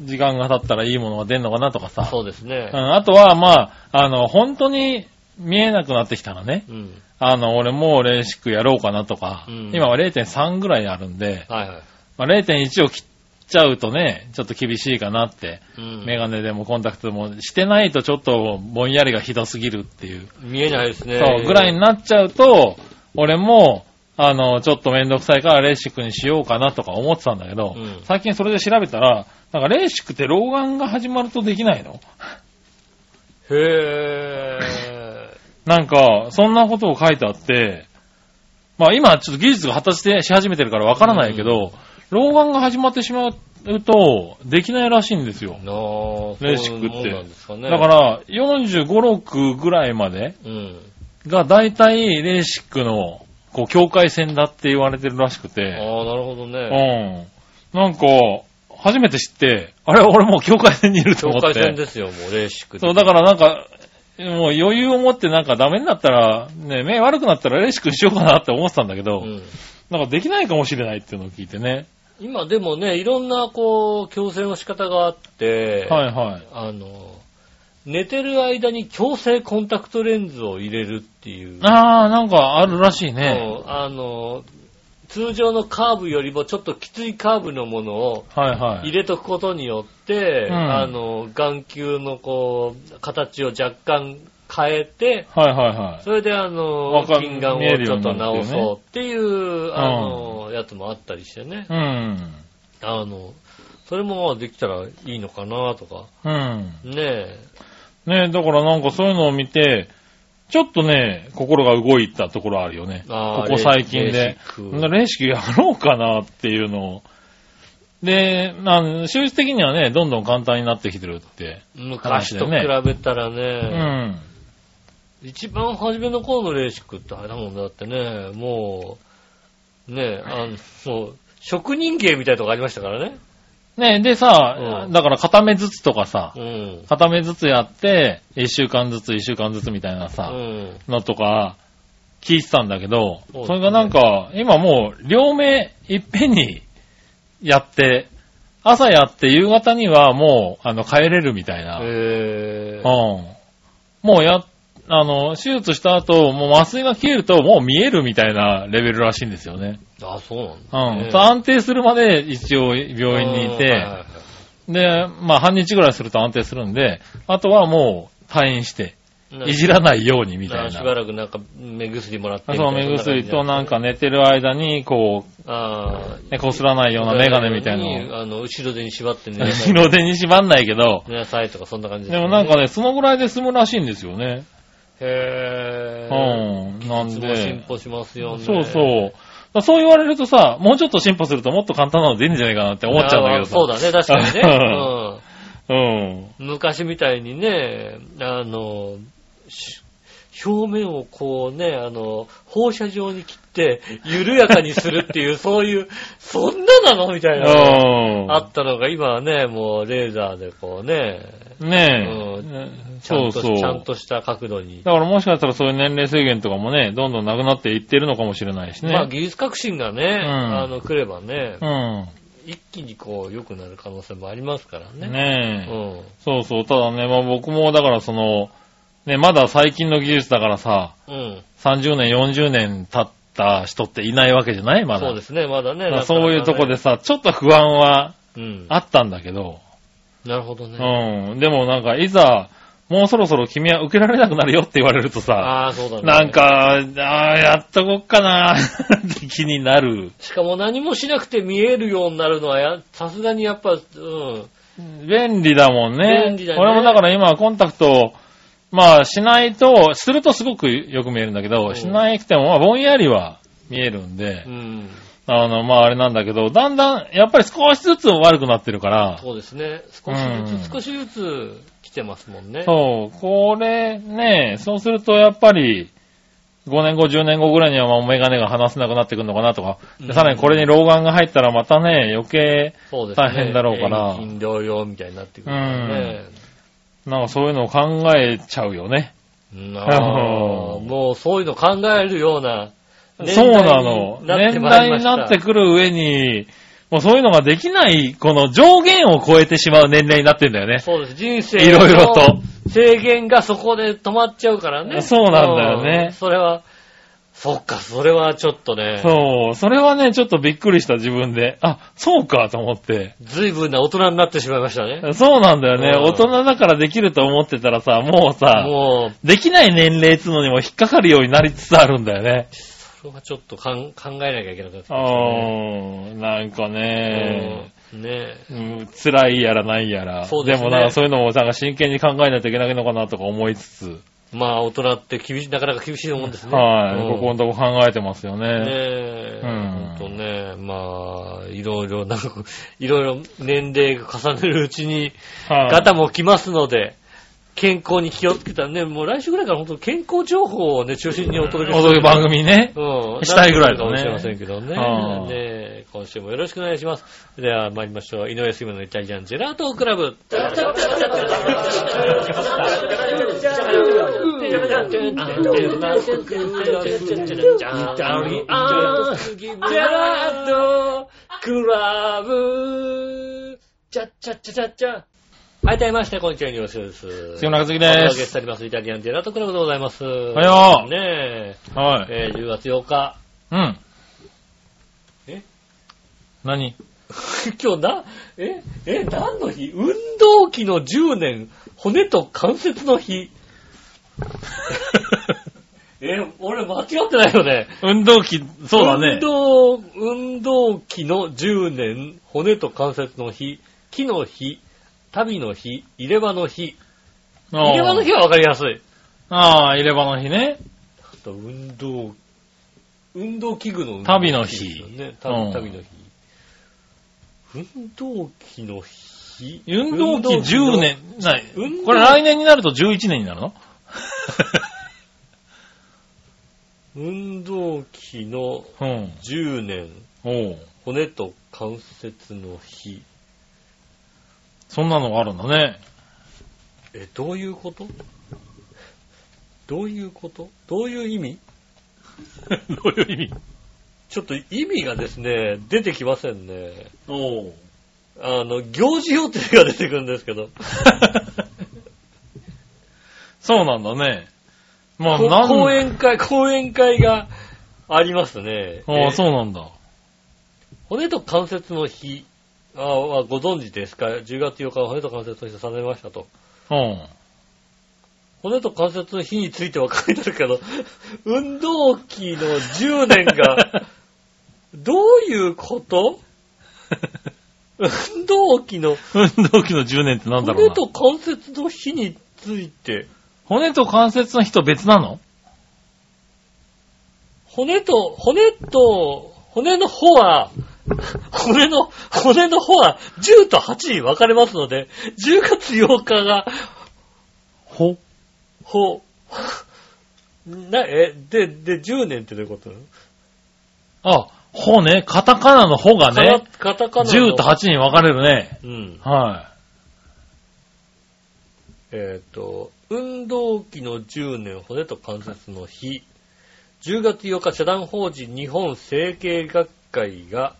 時間が経ったらいいものが出るのかなとかさ。そうですねう。ん、あとは、まあ、あの、本当に見えなくなってきたらね、うん。あの、俺もうレーシックやろうかなとか、うん今は0.3ぐらいあるんで、はいはい。まあ、0.1を切っちゃうとね、ちょっと厳しいかなって、うんメガネでもコンタクトでもしてないとちょっとぼんやりがひどすぎるっていう、見えないですね。そう、ぐらいになっちゃうと、俺も、あの、ちょっとめんどくさいからレーシックにしようかなとか思ってたんだけど、うん最近それで調べたら、なんかレーシックって老眼が始まるとできないのへー。なんか、そんなことを書いてあって、まあ今ちょっと技術が発達してし始めてるからわからないけど、老眼が始まってしまうと、できないらしいんですよ。なあレーシックってそういうもんなんですかね。だか、ら、45、6ぐらいまでうん。が大体レーシックの、こう、境界線だって言われてるらしくて、ああ、なるほどうね。ん。なんか、初めて知って、あれ、俺もう境界線にいると境思っ界線て。ですよ、もう、レーシックそう、だからなんか、もう余裕を持ってなんかダメになったら、ね、目悪くなったらレーシックにしようかなって思ってたんだけど、うんなんかできないかもしれないっていうのを聞いてね。今でもね、いろんな、こう、矯正の仕方があって、はいはい。あの、寝てる間に矯正コンタクトレンズを入れるっていう。あー、なんかあるらしいね。うんあの、通常のカーブよりもちょっときついカーブのものをはいは入い。れとくことによって、うんあの、眼球のこう、形を若干変えて、はいはいはい。それであのわ、か金眼を見えるちょようっにとなって直るねそうっていう、あの、やつもあったりしてね。うん。あの、それもできたらいいのかなとか、うん。ねえ。ねだからなんかそういうのを見て、ちょっとね、心が動いたところあるよね。あーここ最近レでーシッ。クうんレーシックやろうかなっていうのを。で、あの、収益的にはね、どんどん簡単になってきてるって。昔と比べたらうね、ん。一番初めの頃のレーシックってあれだもんだってね、もう、ね、あの、そう、職人芸みたいなとこありましたからね。ね、でさ、うんだから片目ずつとかさう、ん。片目ずつやって、一週間ずつ一週間ずつみたいなうさ、ん。のとか、聞いてたんだけそうど、ですねそれがなんか、今もう、両目いっぺんにやって、朝やって夕方にはもう、あの、帰れるみたいな。えうんー、。もうや、あの、手術した後、もう麻酔が消えると、もう見えるみたいなレベルらしいんですよね。あ、そうなんだ、うん。ね。そう安定するまで一応病院にいうんて、はいはいはいで、まあ半日ぐらいすると安定するんで、あとはもう退院して、いじらないようにみたいしな。ばらくなんか目薬もらってみたいそう、な目薬となんかね、寝てる間に、こあう、ね、擦らなあいようなメガネみたいなのを、あの、後ろ手に縛って寝なさ 二い。の手に縛んないけど、寝なさいとかそんな感じでもなんかね。ね、そのぐらいで済むらしいんですよね。へぇうん、なん進で。歩しますよね。そうそう。だそう言われるとさ、もうちょっと進歩するともっと簡単なのでいいんじゃないかなって思っちゃうんだけどさ。そうだね、確かに ね。うん。うん、昔みたいにね、あの、し表面をこうね、あの、放射状に切って、緩やかにする っていう、そういう、そんななのみたいなね、うん。あったのが、今はね、もうレーザーでこうね、ねうえ。ちゃそんうと、そう。ちゃだんとした角度に。からもしかしたらそういう年齢制限とかもね、どんどんなくなっていってるのかもしれないしね。まあ、技術革新がね、んあの、来ればね、うん。一気にこう、良くなる可能性もありますからね。ねうえ。ん。そうそう。ただね、まあ僕もだからその、ね、まだ最近の技術だからさ、うん。 30年、40年経った人っていないわけじゃないまだ。そうですね、まだね。だからなかなかそうねいうとこで。さ、ちょっと不安はうん。あったんだけど、なるほどうね。ん。でもなんか、いざ、もうそろそろ君は受けられなくなるよって言われるとさ、ああ、そうだね。なん。か、ああ、やっとこっかなって気になる。しかも何もしなくて見えるようになるのはや、さすがにやっぱ、うん。便利だもんね。便利だね俺もだから今コンタクト、まあしないと、するとすごくよく見えるんだけど、うんしなくても、まあぼんやりは見えるんで、うん。あの、まああれなんだけど、だんだん、やっぱり少しずつ悪くなってるから、そうですね。少しずつ、うん少しずつ来てますもんね。そう、これね、そうするとやっぱり、5年後、10年後ぐらいにはもうメガネが離せなくなってくるのかなとか、うんでさらにこれに老眼が入ったらまたね、余計、そうですね。大変だろうから遠近療養みたいになってくるからね。なんかそういうのを考えちゃうよね。なあうんもうそういうの考えるような年そう代になの。なって年まいり代まにしたなってくる上に、もうそういうのができない、この上限を超えてしまう年齢になってんだよね。そうです。人生いろいろと。の制限がそこで止まっちゃうからね。そうなんだよねうんそれは、そっか、それはちょっとね、そう。それはね、ちょっとびっくりした自分で。あ、そうかと思って。随分な大人になってしまいましたね。そうなんだよね。うん大人だからできると思ってたらさ、もうさ、もできない年齢っつうのにも引っかかるようになりつつあるんだよね。う、それはちょっとかん考えなきゃいけなくなってきうましたね。ーん。なんかね、うんねうん辛いやらないやら。そうですねもなんかそういうのもなんか真剣に考えないといけないのかなとか思いつつ。まあ、大人って厳しい、なかなか厳しいもんですね。はい、うんここのとこ考えてますよね。ねえ、うんほんとね、まあ、いろいろ、なんか、いろいろ年齢が重ねるうちに、はいガタも来ますので、健康に気をつけたらね、もう来週ぐらいから本当健康情報をね、中心にお届けお届け番組ね。うん。したいぐらいだねかもしれませんけどね。うんねえ今週もよろしくお願いします。では参りましょう。井上杉村のイタリアンジェラートクラブ。はい、どうもみなさんこんにちは、井上杉村です。杉村和樹おで届けしす。ております。イタリアンジェラートクラブでございます。おはようね はい。え、えー10月8日。 うん。え何今日な、え、え、何の日運動器の10年、骨と関節の 日。え、俺間違ってないよね。運動器、そうだ運ね。動、運動器の10年、骨と関節の日、木の日、旅の日、入れ歯の日。入れ歯のあ日はわかりやすい。あああ、入れ歯の日ね。あと運動、運動器具の運動旅の日ですよねう旅ん旅の日。運動器の日運動期10年。、ない運動。これ来年になると11年になる の運動器のうん。 10年、おう骨と関節の日。そんなのがあるんだね。え、どういうことどういうことどういう意味 どういう意味ちょっと意味がですね、出てきませんね。おう。 あの、行事予定が出てくるんですけど。そうなんだね。ま あ、こなん講演会、講演会がありますね。あえあ、ーそうなんだ。骨と関節の日あはご存知ですか ?10 月8日は骨と関節の日とされましたと。うん。骨と関節の日については書いてあるけど、 運動期の10年が、どういうこと運動期の 運動期の10年ってなんだろ骨うな。と関節の日について、骨と関節の人別なの骨と、骨と、骨の方は、 骨の、骨の方は10と8に分かれますので、10月8日が、ほ。ほ、 な、え、で、で、10年ってどういうことあ、ほね。カタカナのほがね、カタカタカナの10と8に分かれるね。うん。はえっ、と、運動期の10年骨と関節の日。10月8日、社団法人日本整形学会が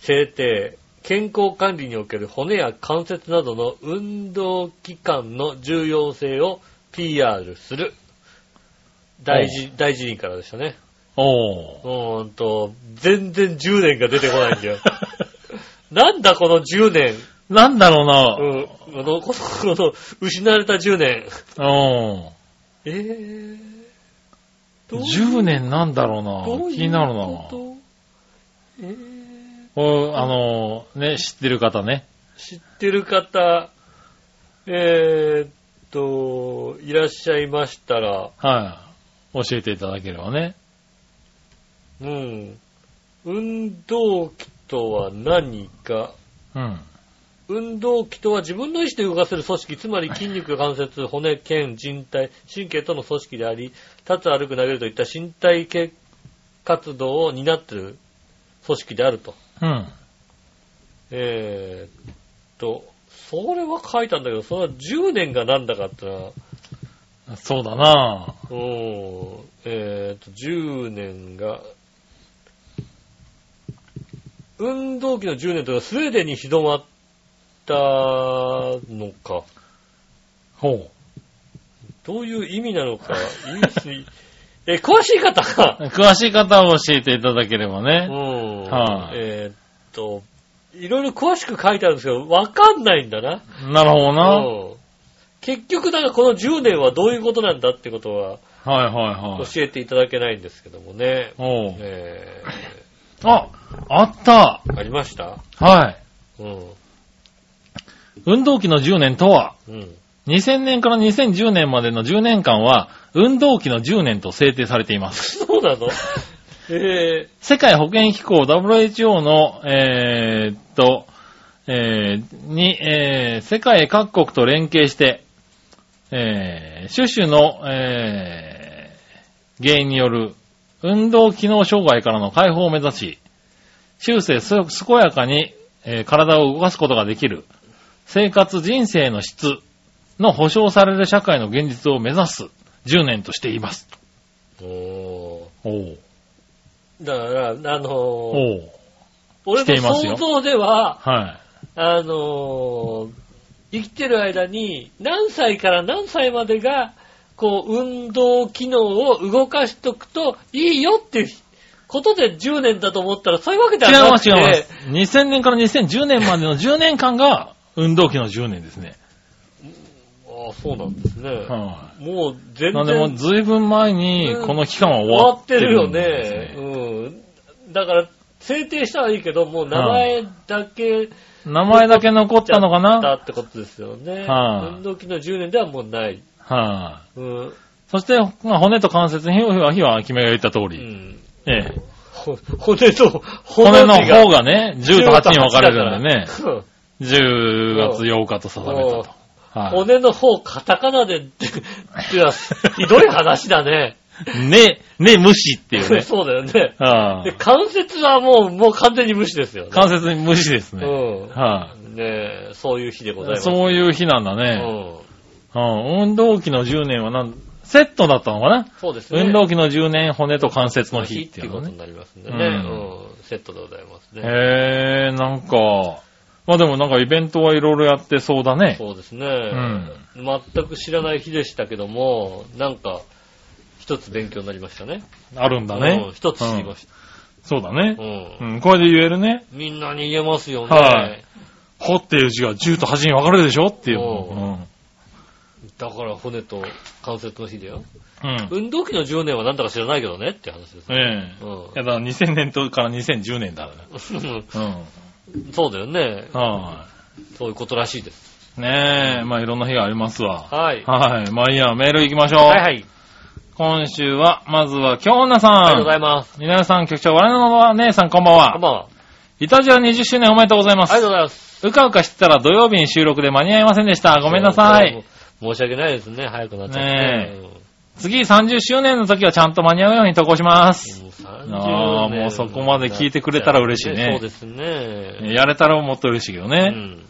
制定、健康管理における骨や関節などの運動期間の重要性を PR する。大事、大事にからでしたね。い。うおー。ーんと、全然10年が出てこないんだよ。なんだこの10年。 なんだろうな。うん。この、この、この失われた10年。うん。えぇ、どう10年なんだろうな。どういう気になるな。ことえーおあのーね、知ってる方ね。知ってる方、えーっと、いらっしゃいましたら、はい、教えていただければね。うん。運動器とは何か、うん。運動器とは自分の意思で動かせる組織、つまり筋肉、関節、骨、腱、人体、神経との組織であり、立つ、歩く、投げるといった身体系活動を担っている組織であると。うん。えーっと、それは書いたんだけど、それは10年がなんだかってのは、そうだなうーん、えーっと、10年が、運動期の10年というのはスウェーデンに広まったのか、ほどういう意味なのか、意味すい、 え、詳しい方が う。、詳しい方を教えていただければうね。ん、はいえーっと、いろいろ詳しく書いてあるんですけど、わかんないんだな。なるほどな。はいうん結局、だからこの10年はどういうことなんだってことははいはい。教えていただけないんですけどもね。おうえあ、あったーありましたはい。うん。運動期の10年とは、うん。 2000年から2010年までの10年間は、運動期の10年と制定されています。そうな のえ世界保健機構 WHO の、えーっと、えーに、えー世界各国と連携して、えー、種々の、えー原因による運動機能障害からの解放を目指し、終生す健やかに、えー体を動かすことができる、生活人生の質の保障される社会の現実を目指す10年としています。ー、おおうーだから、あのーおう俺していのます想よ像では、はい。あのー生きてる間に何歳から何歳までが、こう、運動機能を動かしとくといいよっていうことで10年だと思ったら、そういうわけでは違いなまくて、す、違います。2000年から2010年までの10年間が、運動期の10年ですね。ああ、そうなんですね。はもう全い。なんでも、然ずいぶん前に、この期間は終終わわっっててるるよね。んですうね。ん。だから、制定したはいいけど、もう名前だけ名前だけ残ったのかだなってことですよね。はい運動機の10年ではもうない。はうん。そして、まあ骨と関節、皮膚は、皮膚は、君が言った通うり、ん。ええほ骨と、骨の字が方がね、10と8に分かれるんでね、うん10月8日と定めたと。は骨の方、カタカナで、って、いや、ひどい話だ ね。い。ね、ね、無視っていう ね。そうだよね。ああで、関節はもう、もう完全に無視ですよね。関節に無視ですね。うはん。ねえ、そういう日でございい。ます。そういう日なんだうね。ん。うん。運動器の10年はなん、セットだったのかなそうですね。運動器の10年、骨と関節の日っていうこのとねに。なりますんでね。ううんん。セットでございますね。へえ、なんか、まあでもなんかイベントはいろいろやってそうだね。そうですうね。ん。全く知らない日でしたけども、なんか、一つ勉強になりましたね。あるんだうんね。一つ知りました。そうだねう。んう。ん、これで言えるね。みんなに言えますよね。はいほっていう字が10と8に分かれるでしょっていう。おう。うんだから骨と関節の日だよ。うん。運動器の10年はなんだか知らないけどねって話ですね。ええ。うんいやだから2000年とから2010年だね。う そうだよね。ん。はそういうことらしいです。い。ねえ、まあいろんな日がありますわ。はい。はい。まあいいや、メール行きましょう。はいはい。今週は、まずは、京女さん。ありがとうございます。皆さん、局長、我々の姉さん、こんばんこんは。ばんは。イタジア20周年おめでとうございまありがとうす。ございます。うかうかしてたら土曜日に収録で間に合いませんでした。ごめんなさい。。申し訳ないですね。早くなっちゃって。ねうん次30周年の時はちゃんと間に合うように投稿します。もう30ああ年もうそこまで聞いてくれたら嬉しいねそうですね。やれたらもっと嬉しいけどうね。ん。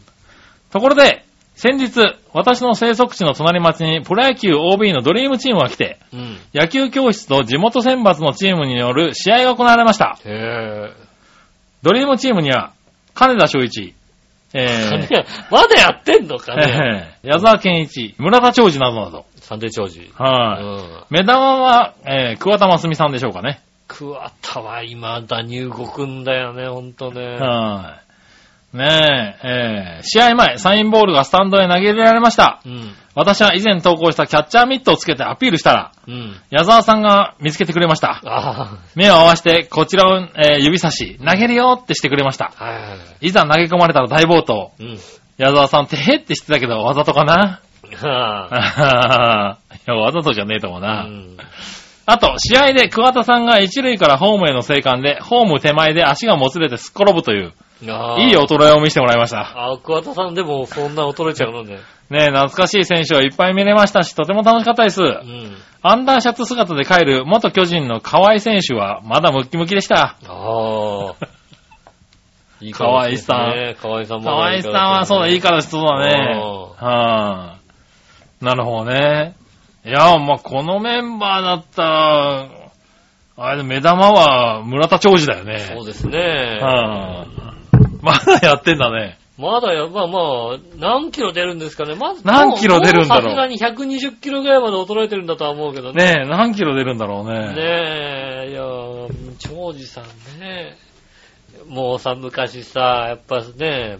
ところで、先日、私の生息地の隣町にプロ野球 OB のドリームチームが来て、うん。野球教室と地元選抜のチームによる試合が行われました。へドリームチームには、金田正一、ぇえまだやってんのかー、ね。え ー矢沢健一、村田長治などなど。サンデー長寿。うはい。ん。目玉は、えー、桑田真澄さんでしょうかね。桑田は未だに動くんだよね、ほんとね。はい。ねえ、えー、試合前、サインボールがスタンドへ投げ入れられました。うん。私は以前投稿したキャッチャーミットをつけてアピールしたら、うん。矢沢さんが見つけてくれました。あ目を合わせて、こちらを、えー指差し、投げるよってしてくれました。あ、はいはいはいざ投げ込まれたら大暴投。い。うん。矢沢さん、てへってしてたけど、わざとかな はいや、わざとじゃねえと思うな。うんあと、試合で桑田さんが一塁からホームへの生還で、ホーム手前で足がもつれてすっ転ぶという、あーいい。衰えを見せてもらいました。あー桑田さんでもそんな衰えちゃうのね。ねえ、懐かしい選手をいっぱい見れましたし、とても楽しかったです。うん。アンダーシャツ姿で帰る元巨人の河合選手は、まだムッキムキでした。あ あ。いい河合さん。河合さんも。河合さんはそうだ、いいからそうだね。うんはあ、なるほどね。いや、まあ、このメンバーだったら、あれ、目玉は村田長治だよね。そうですね。はあ、まだやってんだね。まだや、まあまあ、何キロ出るんですかね。まず、何キロ出るんだろうもさすがに120キロぐらいまで衰えてるんだとは思うけどね。ねえ、何キロ出るんだろうねね。え、いや、長治さんね、もうさ、昔さ、やっぱね、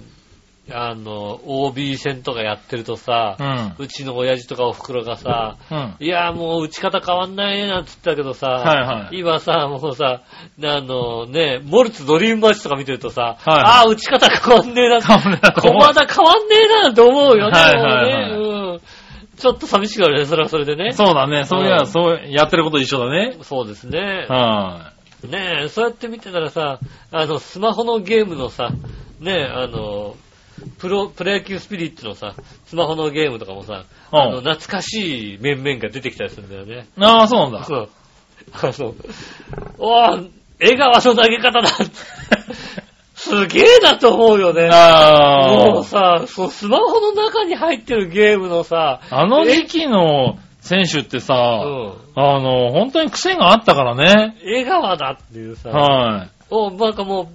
あの、OB 戦とかやってるとさう、ん。うちの親父とかお袋がさ、うん。いや、もう打ち方変わんないね、なんつったけどさ、はいは い今さ、もうさ、あのね、モルツドリームマッチとか見てるとさ、はいああ、打ち方変わんねえな、 変わんねえな駒田変わんねえな、と思うよね、はいはいはいもうねうんちょっと寂しくなるね、それはそれでね。 そうだね。そういや、うんそう、やってること一緒だね。そうですね。はねえ、そうやって見てたらさ、あの、スマホのゲームのさ、ねえ、あの、プロ、プロ野球スピリッツのさ、スマホのゲームとかもさ、うんあの、懐かしい面々が出てきたりするんだよね。い。ああ、そうなんだ。そう。あの、おー、江川の投げ方だ すげえなと思うよね。あもうあ。さ、そうスマホの中に入ってるゲームのさ、あの時期の選手ってさ、うん、あの、本当に癖があったからね。江川だっていうさ、 はお、なんかもう、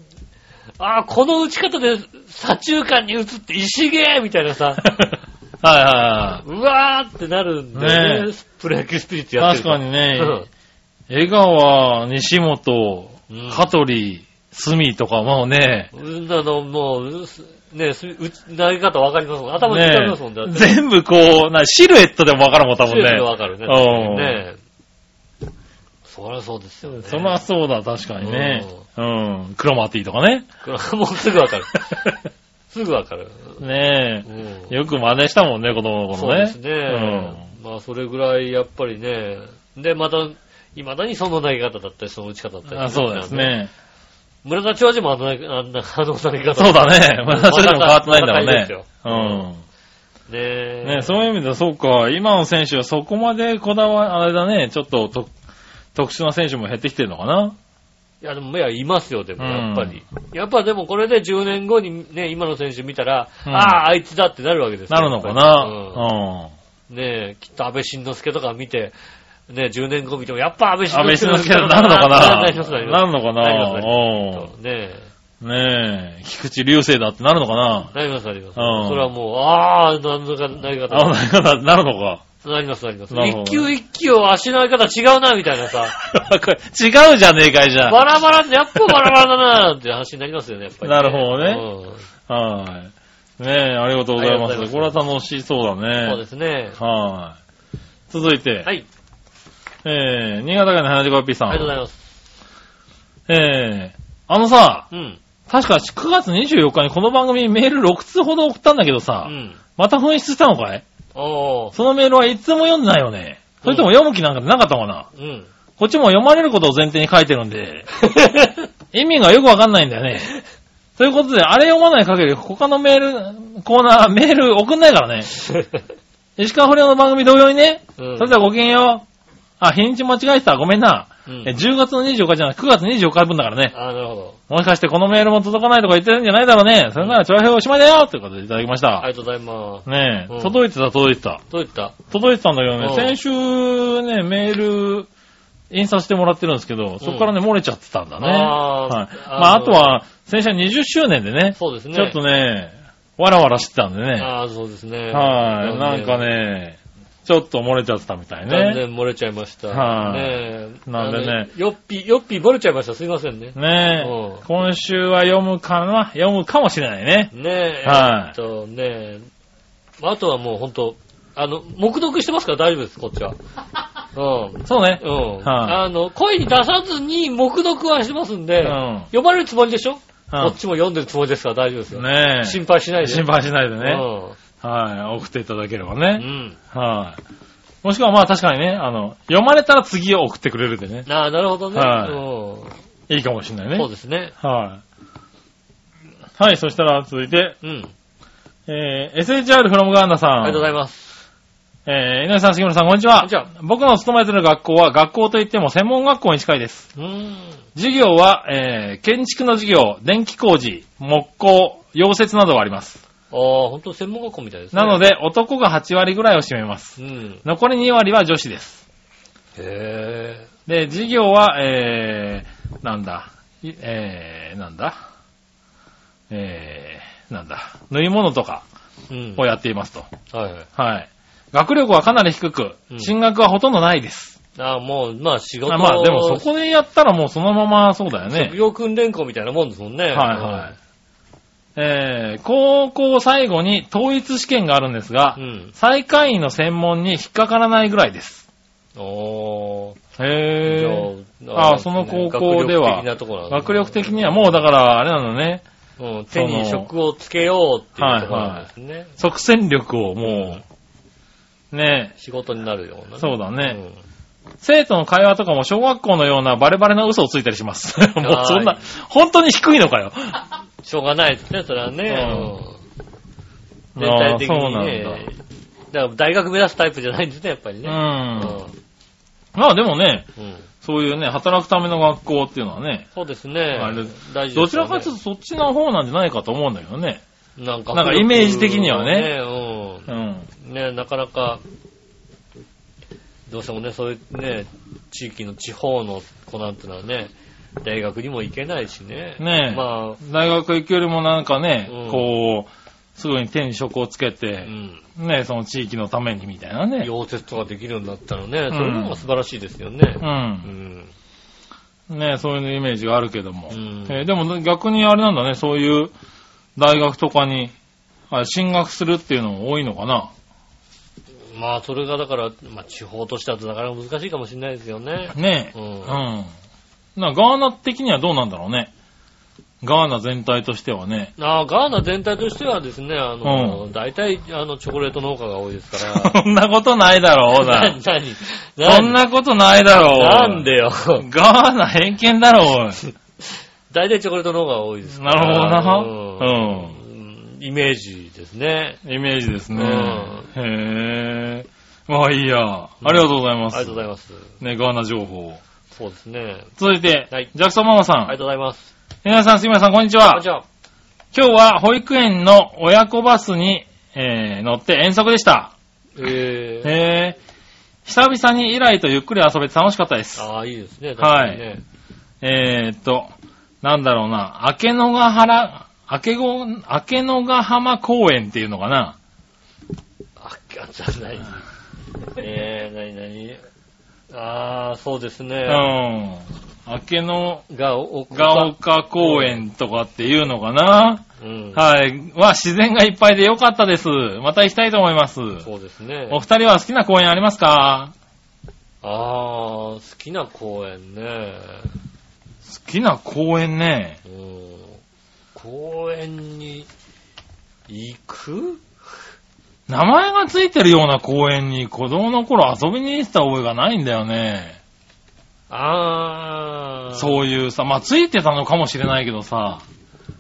ああ、この打ち方で左中間に打つって石毛みたいな さ、い。はいはうわーってなるんだよねね。プロ野球スピリッツいやはっい。てる確とかにね、江川、西本、うん香取、隅とかもうね、うん。うんなの、もう、すねす打ち投げ方わかりますもん。頭に浮かびねますもんだって。全部こう、なシルエットでもわかるもん、多分強いのね。わかるね。うんねそりゃそうですよね。そらそうだ、確かにね。うん。クロマティとかね。これはもうすぐわか る。すぐわかる。ねうえ。ん よく真似したもんね、子供のそう頃でね。すね。まあ、それぐらい、やっぱりね。で、また、未だにその投げ方だったり、その打ち方だったり。あそうです。ね。村田長治もあの投げ、あんなあの投げ方。そうだね。まだそれでも変わってないまだ変わっんだろうてないですよね。うん。ねえ。ね、そういう意味ではそうか、今の選手はそこまでこだわ、あれだね、ちょっとと特殊な選手も減ってきてるのかな。いや、でも、いや、いますよ、でも、うんやっぱり。やっぱでも、これで10年後にね、今の選手見たら、うんああ、あいつだってなるわけですよなるのかやっぱりうんな。ねえ、きっと安倍晋之助とか見て、ねえ、10年後見ても、やっぱ安倍うん。安倍晋之晋之助助だになるのかななります、なります。なるのかなります、なりまなす。ねえ、うん。ねえ、菊池流星だってなるのかななります、なります。うんそれはもう、ああ、なんとかなりあ、方。なるかななるのか。 なります、なります。なるほど一球一球を足の上げ方違うな、みたいな さ。これ違うじゃねえかいじゃん。バラバラ、やっぱバラバラだな、っていう話になりますよね、やっぱり、なるほどねうんはい。ねえ、ありがとうございま。ありがとうございますすこれは楽しそうだね。そうですね。はい。続いて、はい、えー、新潟県の花地コピーさん。ありがとうございます。えー、あのさ、うん。確か9月24日にこの番組にメール6通ほど送ったんだけどさ、うん。また紛失したのかいおー。そのメールはいつも読んでないよね。それとも読む気なんかなかったのかな、 うん。こっちも読まれることを前提に書いてるんで、意味がよくわかんないんだよ ね。ということで、あれ読まない限り他のメール、コーナー、メール送んないからね。石川不良の番組同様にね。うんそれではごきげんよう。あ、日にち間違えてた。ごめんな。うんえ10月の24日じゃない、9月24日分だからね。あー、なるほど。もしかしてこのメールも届かないとか言ってるんじゃないだろうね。それなら、長編おしまいだよということでいただきましあた。りがとうございます。ねえ、うん届いてた、届いてた。どういった届いてたんだけどね、うん先週ね、メール、印刷してもらってるんですけど、そこからね、漏れちゃってたんだね。あーはあい。まのあ、あとは、先週は20周年でね、そうですね。ちょっとね、わらわらしてたんでね、ああ、そうですね。はい。なんか。ね、ちょっと漏れちゃってたみたい残ね。念漏れちゃいました。はいねえなんでねあのよっぴ、よっぴ漏れちゃいました。すいませんね。ねうんえ、今週は読むかな読むかもしれないね。ねえ。はいえっと、ねえ。あとはもうほんと、あの、黙読してますから大丈夫です、こっちは。うん。そうねう。ん。はいあの、声に出さずに黙読はしてますんで、うん読まれるつもりでしょ、うんこっちも読んでるつもりですから大丈夫ですよ。ねえ。心配しないで。心配しないでね。ね。はい。送っていただければうね。ん。はい。もしくはまあ確かにね、あの、読まれたら次を送ってくれるでね。ああ、なるほどね。はいうんいいかもしれないね。そうですね。はい。はい、そしたら続いて、うん。えー、SHR フロムガーナさん。ありがとうございまます。す。えー、井上さん、杉村さん、こんにちは。こんにちは僕の勤めてる学校は、学校といっても専門学校に近いです。うーん。授業は、えー、建築の授業、電気工事、木工、溶接などはあります。ああ、ほんと専門学校みたいですね。なの。で、男が8割ぐらいを占めます。うん。残り2割は女子です。へで、授業は、えー、なんだ、いえー、なんだ、えー、なんだ、縫い物とかえ。うん。をやっていますと。はいはい。はい。学力はかなり低くう、ん進学はほとんどないです。ああ、もう、まあ仕事あまあ、でもそこでやったらもうそのままそうだよ職ね。業訓練校みたいなもんですもんね。はいはいはい。えー、高校最後に統一試験があるんですが、うん。最下位の専門に引っかからないぐらいです。おー。へじゃあーその高校で学は力的なところなんです学力的にはもうだから、あれなんだね、うん、手に職をつけようっていうところなんですね。即戦力をもう、ね仕事になるような。そうだね。生徒の会話とかも小学校のようなバレバレな嘘をついたり します。もうそんはな、本当に低いのかよ。うん。しょうがないですね、それはね。ううんん全体的にああね。だから大学目指すタイプじゃないんですね、やっぱりうね。ん。まあでもね、うんうんそういうね、働くための学校っていうのはね、そうですねあれ。大事どちらかといううとそっちの方なんじゃないかと思うんだけどね。と、なんか、なんかイメージ的にはねうんうん。ね、なかなか、どうしてもね、そういうね、地域の地方の子なんてのはね、大学にも行けないしね。ねえまあ、大学行くよりもなんかね、うんこう、すぐに手に職をつけうて、ん。ね、その地域のためにみたいなね。溶接とかできるようになったらね、んそれも素晴らしいですよねう。。うんん。ね、そういうイメージがあるけども。うんえーでも逆にあれなんだね、そういう大学とかにあ進学するっていうのも多いのかな。まあ、それがだから、まあ、地方としてはなかなか難しいかもしれ ないですよね。ねうんうん。なガーナ的にはどうなんだろうね。ガーナ全体として はね。あーガーナ全体としてはですね、あの、う大体、あの、チョコレート農家が多いです かそんなことないだろう、ら。な何。何 そんなことないだろう。なんでよ。ガーナ偏見だろ、おい。 大体チョコレート農家が多いですかなるほどら。な。うんううんイメージですね。ん。イメージですね。うへえ。まあいいや。ありがとうございあまりす。がとうございます。ね、ガーナ情報。そうですね。続いて、はいジャクソンママさありがん。とうございます。皆さん、すみません、こんにちあ、はじ。ゃあ、今日は保育園の親子バスに、えー乗って遠足でした。えー。へえ。久々に以来とゆっくり遊べて楽しかったです。ああ、いいですね。はい確かにねえーっと、なんだろうな、明けのが原、明けご、明けのが浜公園っていうのかな。あ、あじゃあ、何えー、何何ああ、そうですうね。ん。明けのが、お、が丘公園とかっていうのかな。うん。はい。は自然がいっぱいでよかったです。また行きたいと思います。そうですね。お二人は好きな公園ありますかああ、好きな公園ね。好きな公園ね。うん。公園に行く名前がついてるような公園に子供の頃遊びに行ってた覚えがないんだよね。ああ。う。そういうさ、まあついてたのかもしれないけどさ、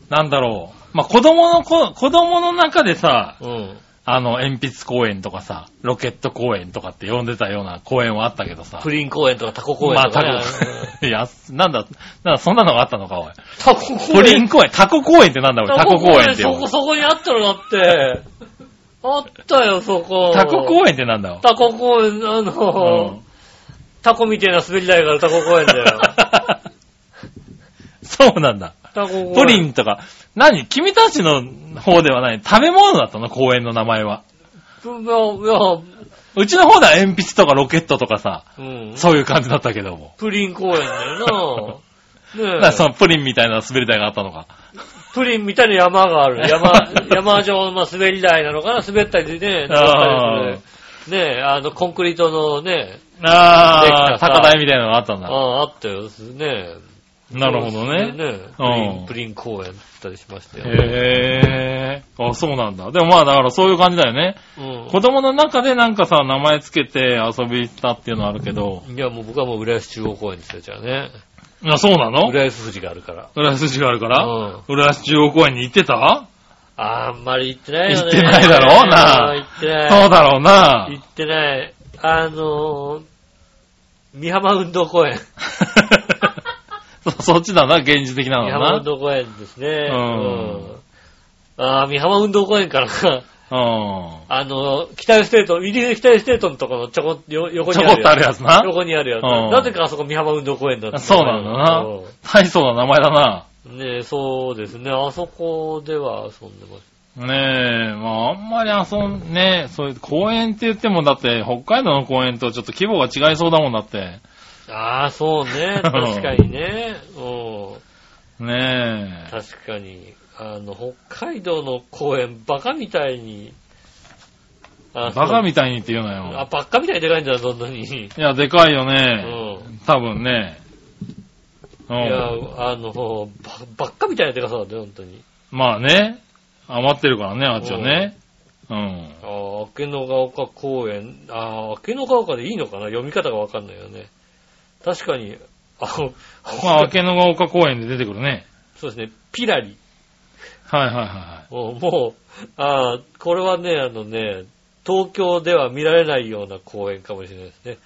なんだろう。まあ子供のこ、子供の中でさ、うん。あの、鉛筆公園とかさ、ロケット公園とかって呼んでたような公園はあったけどさ。プリン公園とかタコ公園とか、ね。まあタ コ、いや、なんだ、なんだ、そんなのがあったのか、おい。タコ公プ園。リン公園、タコ公園ってなんだ、おい。タコ公園ってそよ。こ、そこにあったのだって。あったよ、そこ。タコ園公園ってなんだ、おい。タコ公園、あの、うんタコみたいな滑り台があるタコ公園だ よ。そうなんだ。タコ公園。プリンとか。何君たちの方ではない食べ物だったの公園の名前は。うん。いや、うちの方では鉛筆とかロケットとかさ、うん。そういう感じだったけども。プリン公園だよな。 だねかえらそのプリンみたいな滑り台があったのか。プリンみたいな山があ る。山、山上の滑り台なのかな滑ったりでね、あーねえ、あの、コンクリートのね、あできたあ、さ高台みたいなのがあったんあだ。あーあったよですね。なるほどそうでね。すプリうン、んプリン公園だったりしましたよ。へえ。あ、そうなんだ。でもまあだからそういう感じだよね。うん子供の中でなんかさ、名前つけて遊びに行ったっていうのはあるけど。いや、もう僕はもう浦安中央公園ですよ、じゃあね。あ、そうなの浦安富士があるから。浦安筋があるから、うん浦安中央公園に行ってたあんまり行ってないよね。行ってないだろうなうん行ってない。そうだろうな 行ってない。あのー、三浜運動公園。そそっちだな、現実的なの三浜な運。動公園ですね。ううんん。ああ、三浜運動公園から な、うあの、北寄ステート、入り口北寄ステートのところのちょこ、よ横ん。にちあるょこっとあるやつな。横にあるやつ。うんなぜかあそこ三浜運動公園だった。そうなんだな。大層な名前だな。うんねえそうですね。あそこでは遊んでます。ねえ、まああんまり遊ん、ねえ、そういう公園って言ってもだって、北海道の公園とちょっと規模が違いそうだもんだって。ああ、そうね。うん確かにね。うん。ねえ。確かに。あの、北海道の公園、バカみたいに。ババカみたたいにって言うのあ、よ。バカみたいにでかいんだよ、そんなに。いや、でかいようね。ん。多分ね。ういやん。、あの、ば、ばっかみたいなでかさだね、本当に。まあね。余ってるからね、あっちはね。うん。ああ、明けのが丘公園。ああ、明けのが丘でいいのかな読み方がわかんないよね。確かに、あの、まあ、明けのが丘公園で出てくるね。そうですね、ピラリ。はいはいはいはもう、もうああ、これはね、あのね、東京では見られないような公園かもしれないですね。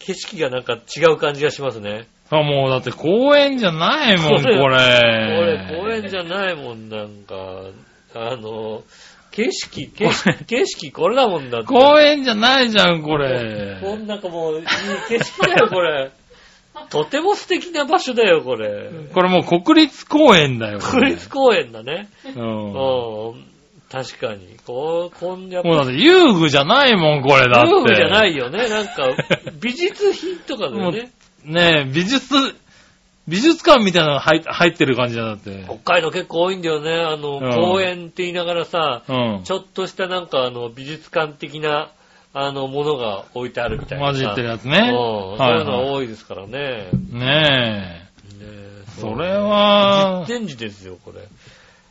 景色がなんか違う感じがしますね。い。あ、もうだって公園じゃないもん、ここれれ。これ、公園じゃゃないもん、なんか、あの、景色、景色、景色これだもんだって。公園じゃないじゃん、これ。こんなんかもう、いい景色だよ、これ。とても素敵な場所だよ、これ。これもう国立公園だよ。こ国れ立公園だね。うん。うんも。確かに。こう、こんやっうだぱって遊具じゃないもん、これだって。。遊具じゃないいよね。なん か、美術品とかだよね。ねえ、美術、美術館みたいなの入っ入ってる感じだ、だって。北海道結構多いんだよね。あの、うん公園って言いながらさ、うんち。ょっとしたなんかあの、美術館的な、あの、ものが置いてあるみたいな混さ。じってるやつうんね。そうはいいうのがは多いですからね。い。ねえ。ねそれはで、展示ですよ、これ。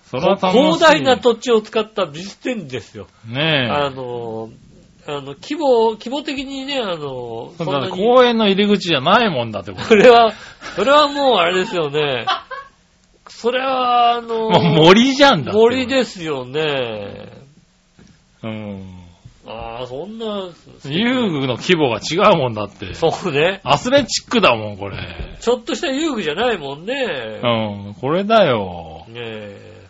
それは楽しい。広大な土地を使った美術展示ですよ。ねえ。あの、あの、規模、規模的にね、あの、そそうんだなってに公園の入り口じゃないもんだって こと。それは、それはもうあれですよね。それは、あ の、もう森じゃんだって。森ですよね。うん。ああ、そんな、遊具の規模が違うもんだって。そうね。アスレチックだもん、これ。ちょっとした遊具じゃないもんね。うん、これだよ。ねえ、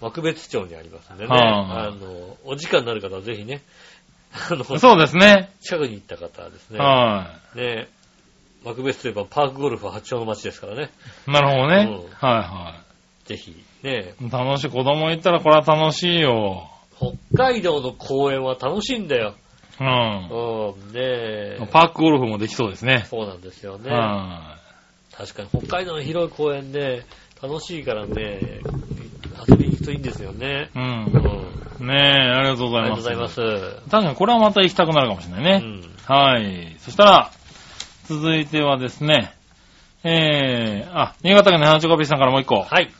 幕別町にありますんでね。はああの、お時間になる方はぜひね、あの、そうですね。近くに行った方はですね、はねえ、幕別といえばパークゴルフ発祥の街ですからね、い。なるほどね。うんはぜひ、ねえ、いはい。楽しい。子供行ったらこれは楽しいよ。北海道の公園は楽しいんだよ。うん。うん、ねえ。パークゴルフもできそうですね。そうなんですよね。は確かに北海道の広い公園で、楽しいからね、遊びに行くといいんですよね。い。うう。んん。ねえ、ありがとうごあざりがとうごいます。ざいます。確かにこれはまた行きたくなるかもしれないうね。ん。はい。そしたら、続いてはですね、えー、あ、新潟県の花チョコピーさんからもう一個。はい。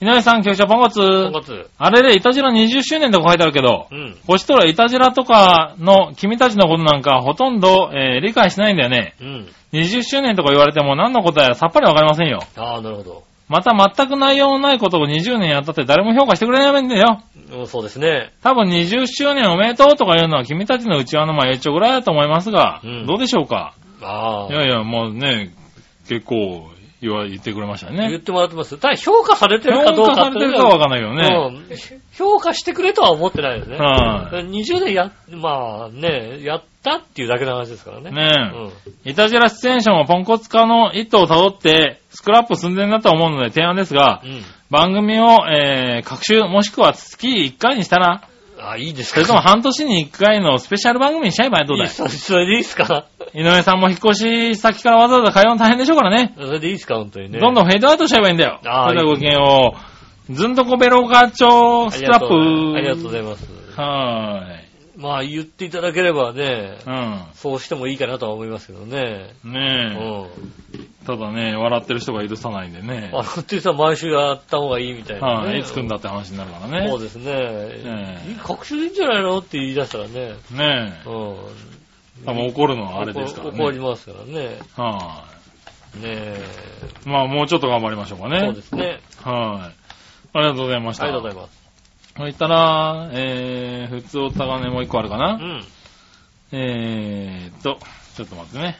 井上さん、局長、ポンコツ。今月。あれで、イタジラ20周年とか書いてあるけど、うん。こっちとらイタジラとかの君たちのことなんかほとんど、えー理解しないんだよね。うん。 20周年とか言われても何のことやらさっぱりわかりませんよ。ああ、なるほど。また全く内容のないことを20年やったって誰も評価してくれないんだよ。うん、そうですね。多分20周年おめでとうとか言うのは君たちの内輪のまあ一応ぐらいだと思いますが、うんどうでしょうかああ。いやいや、もうね、結構言わ言ってくれました言っね。てもらってます。ただ評価されてるかど評う価かさってれいうのてるかははわかんないけどね。うん評価してくれとは思ってないですね。はい20年や、まあね、やったっていうだけの話ですからね。ねえ。イタジラ出演者もポンコツ化の一途を辿って、スクラップ寸前だと思うので提案ですがう、ん。うん。番組を、えー、各週もしくは月1回にしたら、あ、いいですそかれとも半年に1回のスペシャル番組にしちゃえばどうだいいいそそれでいいですか井上さんも引っ越し先からわざわざ通うの大変でしょうからね。それでいいですか本当にね。どんどんフェードアウトしちゃえばいいんだよ。あーそれではごきげんよう。ずんどこベロガチョあスりクラがッとうプ。ありがとうございます。はーい。まあ言っていただければね、うそうしてもいいかなとは思いますけどね。ん。うん。ねえ。ただね、笑ってる人が許さないんでね。あ、ふってさ、毎週やった方がいいみたいな、はね。い。いつ来んだって話になるからね。そうですねえ。いい学習でいいんじゃないのって言い出したらね。ねえ。う多分怒るのはあれですからん。怒りね。ますからね。はねえ。い。まあ、もうちょっと頑張りましょうかね。そうですね。はい。ありがとうございました。ありがとうございまます。す。そしたら、えー、普通おたがね、もう一個あるかうな。ん。えーっと、ちょっと待ってね。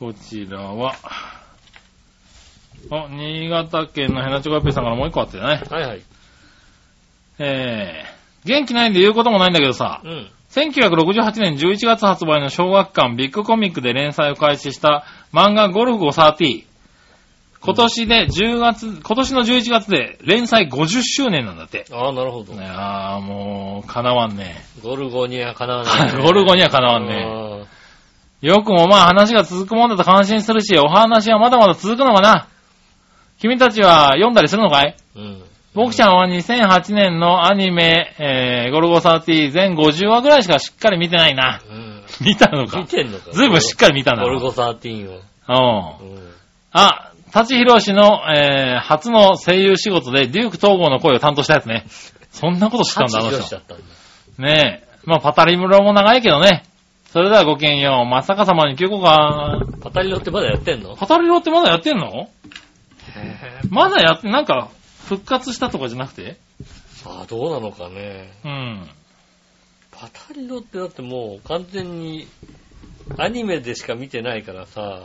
こちらは、あ、新潟県のヘナチョコヤペイさんからもう一個あったよね。はいはい。えー、元気ないんで言うこともないんだけどさう、ん。 1968年11月発売の小学館ビッグコミックで連載を開始した漫画ゴルフ530。今年で10月、今年の11月で連載50周年なんだって。ああ、なるほどい。やーもう、叶わんね。ゴルゴにはかなわないね。 ゴルゴには叶わんね。ね。よくもまあ話が続くもんだと感心するし、お話はまだまだ続くのかな。君たちは読んだりするのかいうん。僕ちゃんは2008年のアニメ、えー、ゴルゴ30全50話ぐらいしかしっかり見てないな。うん。見たのか見。てんのか。ずいぶんしっかり見たんだゴルな。ゴ13を。う。うんん。あ、立ちひろしの、えー、初の声優仕事でデューク統合の声を担当したやつね。そんなこと知ったんだ、あの八秒しち人ゃ。ったんだ。ねえ。まあ、パタリムロも長いけどね。それではごきげんよう。まさかさまに休校か。パタリロってまだやってんのパタリロってまだやってんのまだやって、なんか、復活したとかじゃなくてああ、どうなのかね。うん。パタリロってだってもう完全にアニメでしか見てないからさ、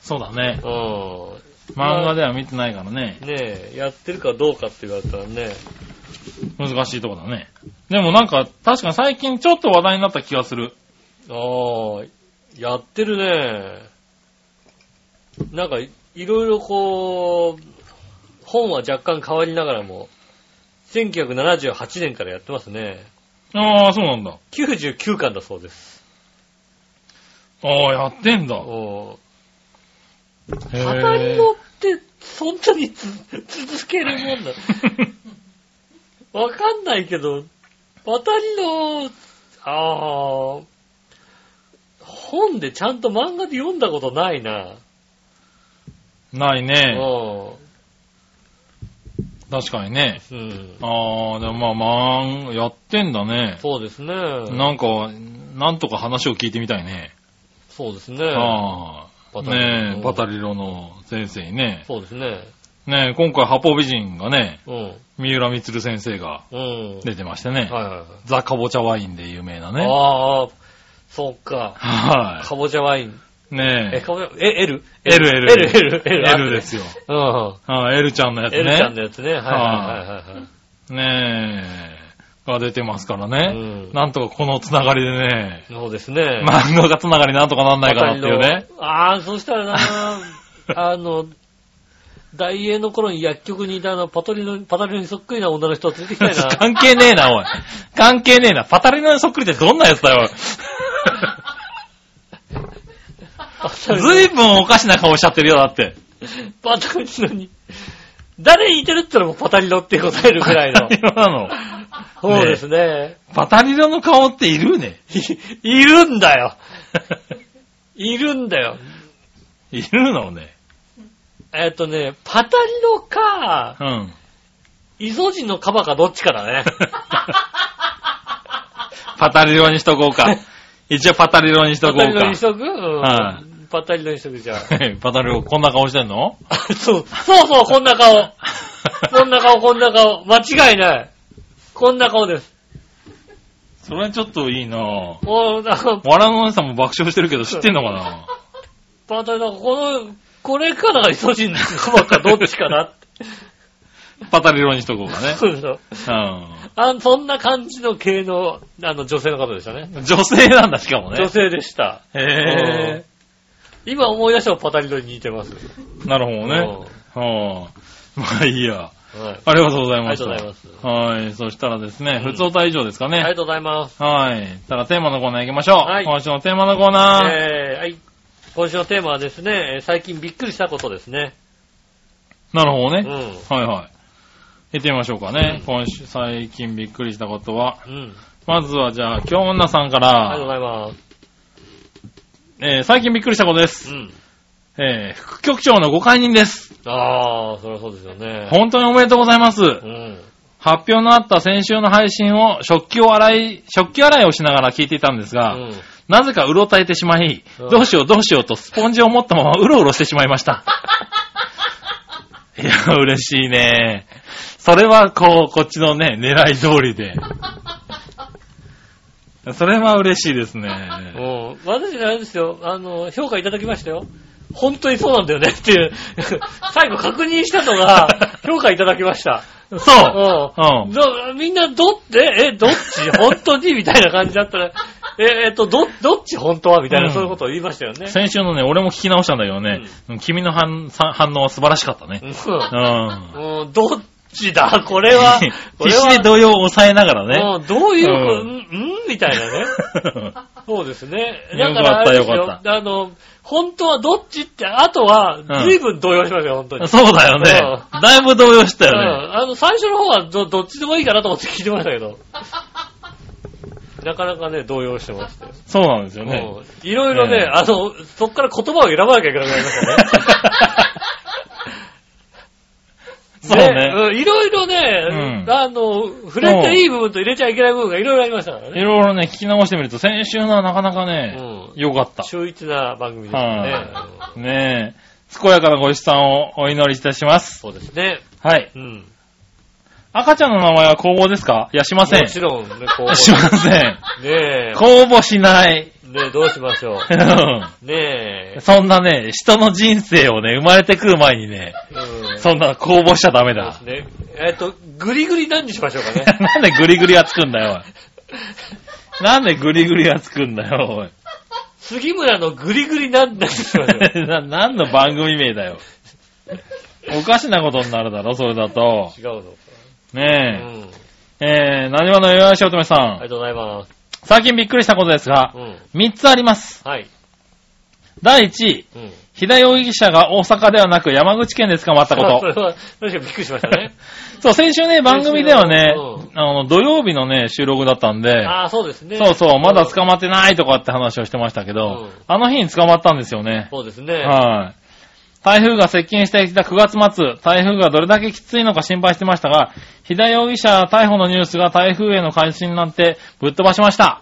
そうだねう。ん。漫画では見てないからね。ねえ、やってるかどうかって言われたらね、難しいとこだね。でもなんか、確か最近ちょっと話題になった気がする。ああ、やってるね。なんか、いいろいろこう、本は若干変わりながらも、1978年からやってますね。ああ、そうなんだ。 99巻だそうです。ああ、やってんだ。うんへえパタリロって、そんなにつ続けるもんだ。わかんないけど、パタリロ、ああ、本でちゃんと漫画で読んだことないな。 ないね。う確かにね。ん。うん。あー、でもまあ、まあ、やってんだね。そうですね。なんか、なんとか話を聞いてみたいね。そうですね。ああ。パタリロねうえ、んパタリロの先生にね。そうですね。ねえ、今回、八方美人がね、うん。三浦光先生がうん。出てましてはね。いはいはい。ザ・カボチャワインで有名なね。ああ、そっか。はかぼちゃワイン。い。え、ねかぼちゃ、え、L? L L、L L、え。 L。 L ですよ。うん。はい、L ちゃんのやつ L ちゃんね。のやつね。はいはいはいはい。ねえ。が出てますからうね。んなんとかこのつながりでね、そうですね。漫画がつながりなんとかなんないかなっていうね。ああ、そした らな、あの、大英の頃に薬局にいたあの、パトリの、パタリのにそっくりな女の人を連れてきたいな。 関係ねえな、おい。関係ねえな。パタリナにそっくりってどんなやつだよ、パタおい。リずいぶんおかしな顔しちゃってるよ、だって。パタリのに。誰に似てるって言ったらもうパタリロって答えるぐらいのパタリ。ロなの。そうですね。パタリロの顔っているね。いいるんだよ。いるんだよ。いるのね。えっとね、パタリロか、うん。イゾジンのカバかどっちかだね。パタリロにしとこう か。 一応パタリロにしとパこうかタ。リロにしとくうんはパタリロにしとくじゃん。 パタリロ、こんな顔してんのあそう、そうそう、こんな 顔。こんな顔、こんな顔。間違いない。こんな顔です。それはちょっといいなぁ。もう、あのわらのお姉さんも爆笑してるけど知ってんのかなパタリロ、この、これからがイソジンのカバかどっちかなって。パタリロにしとこうかね。そうでしょ。あそんな感じの系の、あの、女性の方でしたね。うん。女性なんだ、しかもね。女性でした。へ今思い出してもパタリロに似てます。ぇなるほどね。はぁ。まあいいや。うんはい。ありがとうございました。。ありがとうございますはい。そしたらですね、うん普通歌以上ですかありがね。とうございます。はい。たらテーマのコーナー行きましょう。はい今週のテーマのコーナー。えー、はい。今週のテーマはですね、えー最近びっくりしたことですね。なるほどうね。ん。はいはい。行ってみましょうかね。うん今週、最近びっくりしたことは。うん。まずはじゃあ、京女さんかありがとうござら、います。えー、最近びっくりしたことです。うん。えー、副局長のご解任です。あー、そりゃそうですよね。本当におめでとうございます。うん。発表のあった先週の配信を食器を洗い、食器洗いをしながら聞いていたんですうが、ん。なぜかうろたえてしまい、うんどうしようどうしようとスポンジを持ったままうろうろしてしまいました。いや、嬉しいね。それはこう、こっちのね、狙い通りで。それは嬉しいですうね。ん。私ね、あれですよ、あの、評価いただきましたよ。本当にそうなんだよねっていう、 最後確認したの が、評価いただきました。そう、ううんん。どみんな、どって、え、どっち本当にみたいな感じだったら、え、えっと、ど、どっち本当はみたいな、うんそういうことを言いましたよね。先週のね、俺も聞き直したんだけどね、君の反さ反応は素晴らしかったね。う。、うんん。うん、どっちだこれは これ必死はで動揺を抑えながらね。うん、どういうこと、うんん、んみたいな ね。そうですね。だよかかったらあれですよ、よかっあの、本当はどっちって、あとは、随分動揺しましたよ、本当に。 そうだよね。だいぶ動揺したうよね。ん、あの、最初の方はど、どっちでもいいかなと思って聞いてましたけど。なかなかね、動揺してましたよ。そうなんですよね。うんいろいろね、ええあの、そっから言葉を選ばなきゃいけなくなりましたね。 そうね。うんいろいろね、うんあの、触れていい部分と入れちゃいけない部分がいろいろありましたから いね。ろいろね、聞き直してみると、先週のはなかなかね、うん良かった。秀逸な番組でしたね。うんはいねえ、健やかなご出産をお祈りいたします。そうですね。はい。うん。赤ちゃんの名前は公募ですかいや、しません。もしちろんね、こ まう。せん。ね公募 しない。え、ねえ、どうしましょうう。ん ねえ、そんなね、人の人生をね、生まれてくる前にね、うん。そんな公募しちゃダメだそう。ですね。えっと、グリグリ何にしましょうか ね。なんでグリグリはつくんだよ、おい。なんでグリグリはつくんだよ、おい。杉村のグリグリ何、何にしましょう。 な、何の番組名だよ。おかしなことになるだろ、それだと。違うのか。うねん。え。えー、何話の岩橋乙女さありん。がとうございます。最近びっくりしたことですがう、ん。 3つあります。はい。第1位、うん。肥田容疑者が大阪ではなく山口県で捕まった こそれと。は、確かにびっくりしました ね。そう、先週ね、番組ではねう、あの、土曜日のね、収録だったんで、ああ、そうですね。そうそう、まだ捕まってないとかって話をしてましたけどうん、あの日に捕まったんですよね。そうですね。はい。台風が接近してきた9月末、台風がどれだけきついのか心配してましたが、飛田容疑者逮捕のニュースが台風への関心なんてぶっ飛ばしました。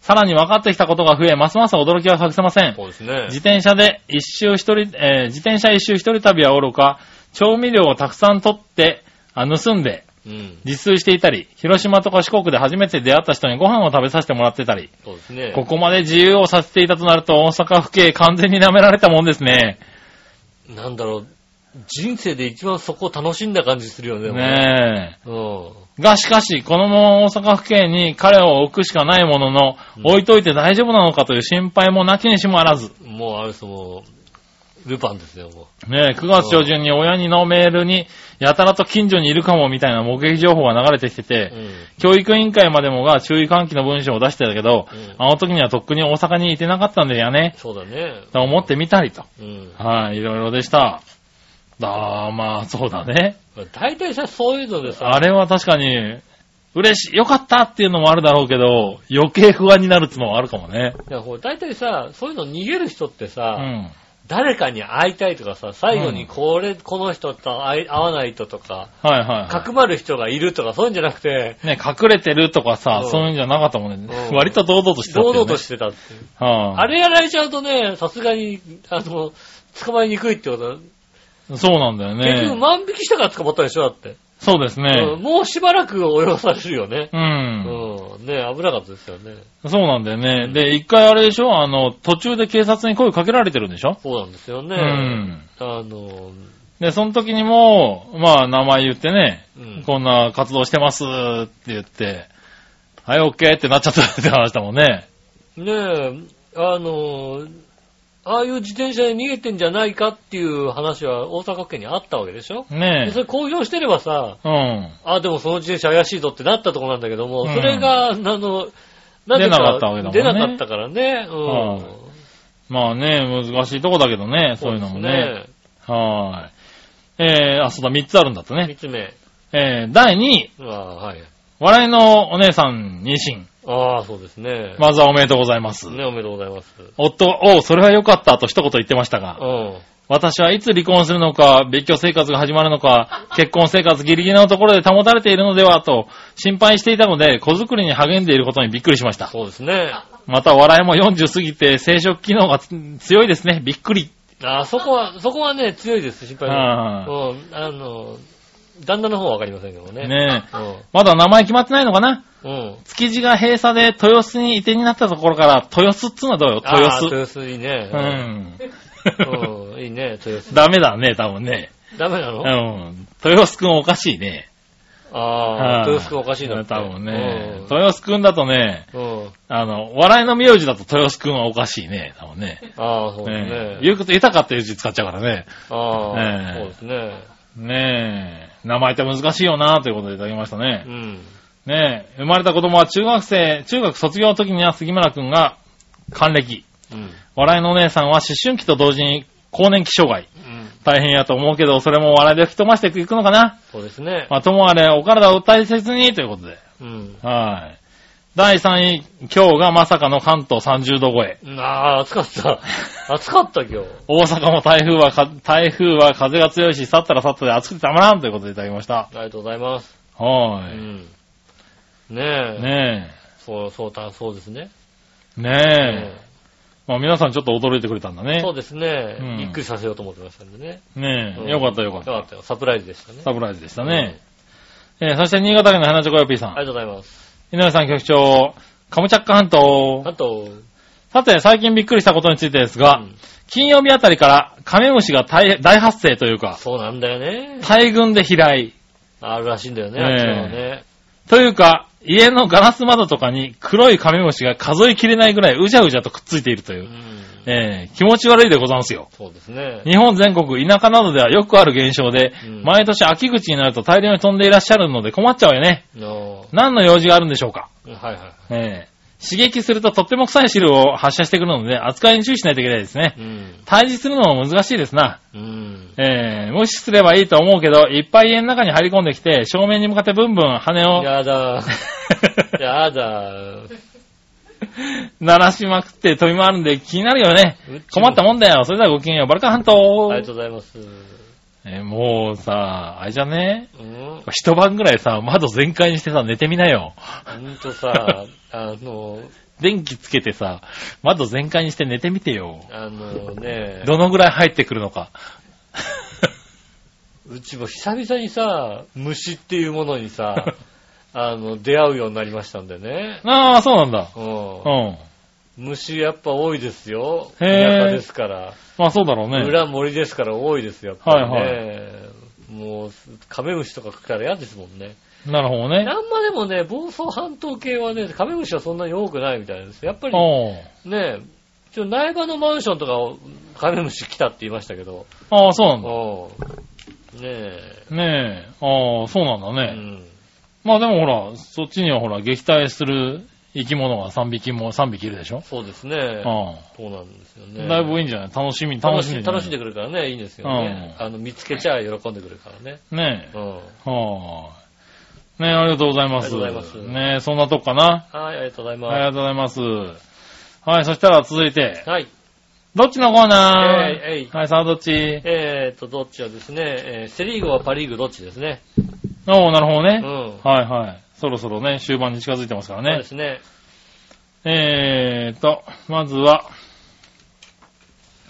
さらに分かってきたことが増え、ますます驚きは隠せません。そうですね。自転車で一周一人、えー自転車一周一人旅はおろか、調味料をたくさん取って、あ盗んで、うん。自炊していたり、広島とか四国で初めて出会った人にご飯を食べさせてもらってたり、そうですね。ここまで自由をさせていたとなると大阪府警完全に舐められたもんですね。なんだろう、人生で一番そこ楽しんだ感じするよね。ねでもえ。がしかし、このまま大阪府警に彼を置くしかないものの、うん置いといて大丈夫なのかという心配もなきにしもあらず。ね。うん。もう、あれです、もう、ルパンですよ、もねえ、9月上旬に親にのメールに、やたらと近所にいるかもみたいな目撃情報が流れてきてう。うて、ん。教育委員会までもが注意喚起の文章を出してたけど、うんあの時にはとっくに大阪にいてなかったんだよね、そうだね。と思ってみたりと。うん。はい、いろいろでした。あー、まあ、そうだね。大体さ、そういうのでさ、あれは確かに、嬉しい、よかったっていうのもあるだろうけど、余計不安になるっていうのもあるかもね。いやほら大体さ、そういうの逃げる人ってうさ、ん。誰かに会いたいとかさ、最後うにんこれ、この人と会い会わないととか、はいはいは角丸人がいるとか、そういうんじゃなくて、い。ね、隠れてるとかさう、んそういうんじゃなかったもんね。うん割と堂々としてたってい堂うね々としてたっていう。はあれやられちゃうとね、さすがに、あの、捕まえにくいってことは、あ、そうなんだよ結局ね。万引きしたから捕まったでしょ、だって。そうですうんね。もうしばらく泳がされるよね。う。うんん。ね危なかったですよね。そうなんだようね。んで、一回あれでしょあの、途中で警察に声かけられてるんでしょそうなんですよね。うんあの、で、その時にも、まあ、名前言ってね、うんこんな活動してますって言って、はい、オッケーってなっちゃったって話だもんね。ねえ、あの、ああいう自転車で逃げてんじゃないかっていう話は大阪府警にあったわけでしょ、でねそえ。れ公表してればさ、うん。あ、でもその自転車怪しいぞってなったところなんだけども、うんそれが、あの、ぜ出なかったわけだもんね出なかったからね。うん。はいまあね、難しいとこだけどね、そういうのもね。ではーい。えー、あ、そうだ、3つあるんだったすね。ね。三つ目。えー、第2位、ああ、はい。笑いのお姉さん、妊娠。ああ、そうですね。まずはおめでとうございます。ね、おめでとうございます。夫、おう、それは良かったと一言言ってましたうが、ん。私はいつ離婚するのか、別居生活が始まるのか、結婚生活ギリギリのところで保たれているのではと心配していたので、子作りに励んでいることにびっくりしました。そうですね。また笑いも40過ぎて生殖機能がつ強いですね。びっくり。ああ、そこは、そこはね、強いです、心配です。はうん。あの、旦那の方はわかりませんけどもね。ねえ。うん。まだ名前決まってないのかなうん。築地が閉鎖で豊洲に移転になったところから、豊洲っつうのはどうよあ豊ー洲。豊洲いいね。うん。う ん。いいね、豊洲。ダメだね、多分ね。ダメなの、うん。豊洲くんおかしいね。あはあ、豊洲くんおかしいなって。多分ね。うん。豊洲くんだとね、うん。あの、笑いの名字だと豊洲くんはおかしいね。多分ね。ああ、そうですねね。ゆうくと豊かっていう字使っちゃうからね。ああ、ねそうですね。ねえ。名前って難しいよなということでいただきましたうね。ん。ねえ。生まれた子供は中学生、中学卒業の時には杉村くんが還暦。うん。笑いのお姉さんは思春期と同時に更年期障害。うん。大変やと思うけど、それも笑いで吹き飛ばしていくのかな。そうですね。まあ、ともあれ、お体を大切にということで。うん。はい。第3位、今日がまさかの関東30度超え。うんああ、暑か った。暑かった、今日。大阪も台風はか、台風は風が強いし、去ったら去ったで暑くてたまらんということでいただきました。ありがとうございます。うはーん。ねい。え。ねそう、そう、た、そうですね。え。ねえ。まあ皆さんちょっと驚いてくれたんだうんねそ。うですうねん。びっくりさせようと思ってましたんでね。ねうんえ。よかったよかっよた。かったよ。サプライズでしたね。サプライズでしたね。えーそして新潟県の花チョコヨッピーさあん。りがとうございます。井上さん局長、カムチャッカ半島あ。と、さて、最近びっくりしたことについてですが、うん金曜日あたりからカメムシが大大発生というか、そうなんだよね。大群で飛来。あるらしいんだよね、ええあっちのね。というか、家のガラス窓とかに黒いカメムシが数えきれないぐらいうじゃうじゃとくっついているというう、ん。えー気持ち悪いでござんすよ。そうですね。日本全国、田舎などではよくある現象で、うん毎年秋口になると大量に飛んでいらっしゃるので困っちゃうよね。の何の用事があるんでしょうか、はいはえー刺激するととっても臭い汁を発射してくるので、扱いに注意しないといけないですねい。う。ん。対峙するのも難しいですな。うん。えー、無視すればいいと思うけど、いっぱい家の中に入り込んできて、 正面に向かってブンブン羽を、やだ。やだ。鳴らしまくって飛び回るんで気になるよね。困ったもん。もんだよ。それではごきげんよう。バルカン半島ありがとうございます。えーもうさ、あれじゃねうん 一晩ぐらいさ、窓全開にしてさ、寝てみなよ。ほんとさ、あの、電気つけてさ、窓全開にして寝てみてよ。あのね、どのぐらい入ってくるのか。 うちも久々にさ、虫っていうものに さ、あの、出会うようになりましたんでね。ああ、そうなんだ。うんうん。虫やっぱ多いですよ。へ田ー舎ですから。まあそうだろうね。裏森ですから多いですよ、やっぱりね。はもう、カメムシとか来たら嫌ですもんね。なるほどね。あんまでもね、房総半島系はね、カメムシはそんなに多くないみたいです。やっぱりおうね、ちょ苗場のマンションとかをカメムシ来たって言いましたけど、ああ、そうなんだ。うん。ねえ、ねえ。ああ、そうなんだうね。ん。まあでもほら、そっちにはほら、撃退する生き物が3匹も、3匹いるでしょ。そうですね。うそうなんですよん。ね。だいぶいいんじゃない楽しみ、楽楽ししみ。ん楽しんでくるからね、いいんですよね。あの、見つけちゃ喜んでくるからね。ねうえ。ん。はーい。ねえ、ありがとうございます。ありがとうございますねえ、そんなとこかな。はい、ありがとうございありまがとうございます。はい、そしたら続いてす。、はい。どっちのコーナーえいえいはい、さあどっちえーと、どっちはですね、えーセリーグはパリーグどっちですね。おー、なるほどうね。ん。はいはい。そろそろね、終盤に近づいてますからそうねで。すね。えーと、まずは、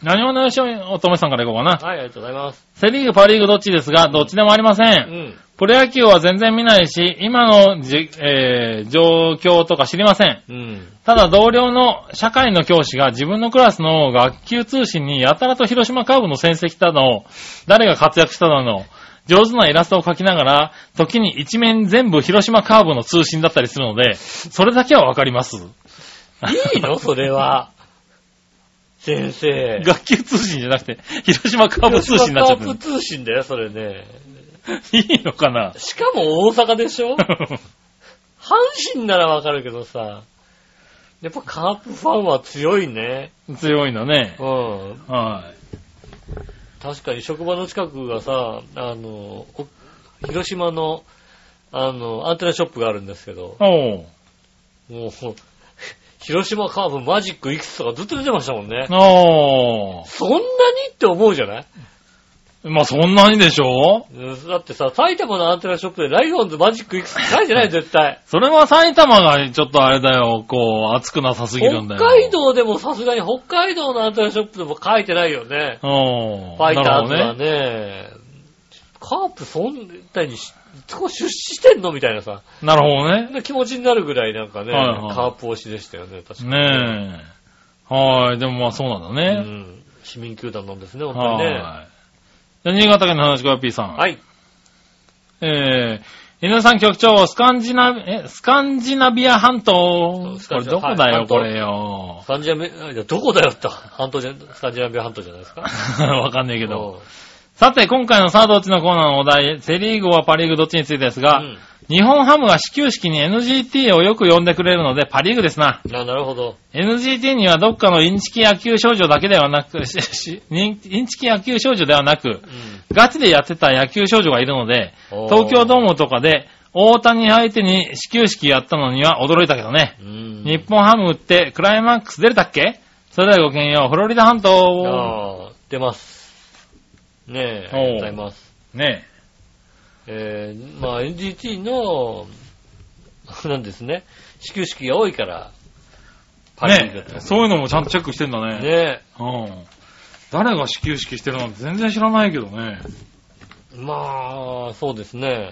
何話のよしおとめさんからいこうかな。はい、ありがとうございます。セリーグ、パリーグどっちですが、どっちでもありませ。うんん。プロ野球は全然見ないし、今のじ、えー状況とか知りません。うん。ただ同僚の社会の教師が自分のクラスの学級通信にやたらと広島カーブの戦績だの、誰が活躍しただの、上手なイラストを描きながら、時に一面全部広島カーブの通信だったりするので、それだけはわかります。いいのそれは。先生。学級通信じゃなくて、広島カーブ通信になっちゃってカープ通信だよ、それね。る。いいのか なしかも大阪でし ょ阪神ならわかるけどさ。やっぱカープファンは強いね。強いのね。うん。は確かに職場の近くがさ、あの、お広島の、あの、アンテナショップがあるんですけどい。、おう。もう、 広島カープマジックいくつとかずっと出てましたもんね。おー。そんなにって思うじゃないまあ、そんなにでしょうんだってさ、埼玉のアンテナショップでライオンズマジックいくつって書いてない、絶対。それは埼玉がちょっとあれだよ、こう、熱くなさすぎるんだ北よ。海道でもさすがに北海道のアンテナショップでも書いてないよね。うん。ファイターズなるほどはね。ね、カープそんなにし、そこ出資してんのみたいなさ。なるほどそねん。な気持ちになるぐらいなんかね、はいはいカープ推しでしたよね、確かに。ねえ。はい。でもまあそうなんだうね。ん。市民球団なんですね、本当にね。ははい。じゃあ新潟県の話し小屋 P さん。い。い。えー、皆さん局長、スカンジナ、え、スカンジナビア半島。スこカンれジナどこだよ、はいこれよス。カンジナビア、いやどこだよって、半島じゃ、スカンジナビア半島じゃないですか。わかんないけけど。、さて、今回のサードっちのコーナーのお題、セリーグはパリーグどっちについてですうが、ん。日本ハムが始球式に NGT をよく呼んでくれるので、パリーグですな。ななるほど。 NGT にはどっかのインチキ野球少女だけでは なく、ししインインチキ野球少女ではなくう、ん。ガチでやってた野球少女がいるので、おー 東京ドームとかで大谷相手に始球式やったのには驚いたけどね。うん。日本ハムってクライマックス出れたっけそれではごきげんよう、フロリダ半島。ああ、出ます。ねえ、おあうりがとうございます。ねえー、まあ NGT の、 なんですね、始球式が多いから、え。パリーグだねっえ。たそういうのもちゃんとチェックしてんだね。ねうん。誰が始球式してるなんて全然知らないけどね。え。まあ、そうですね。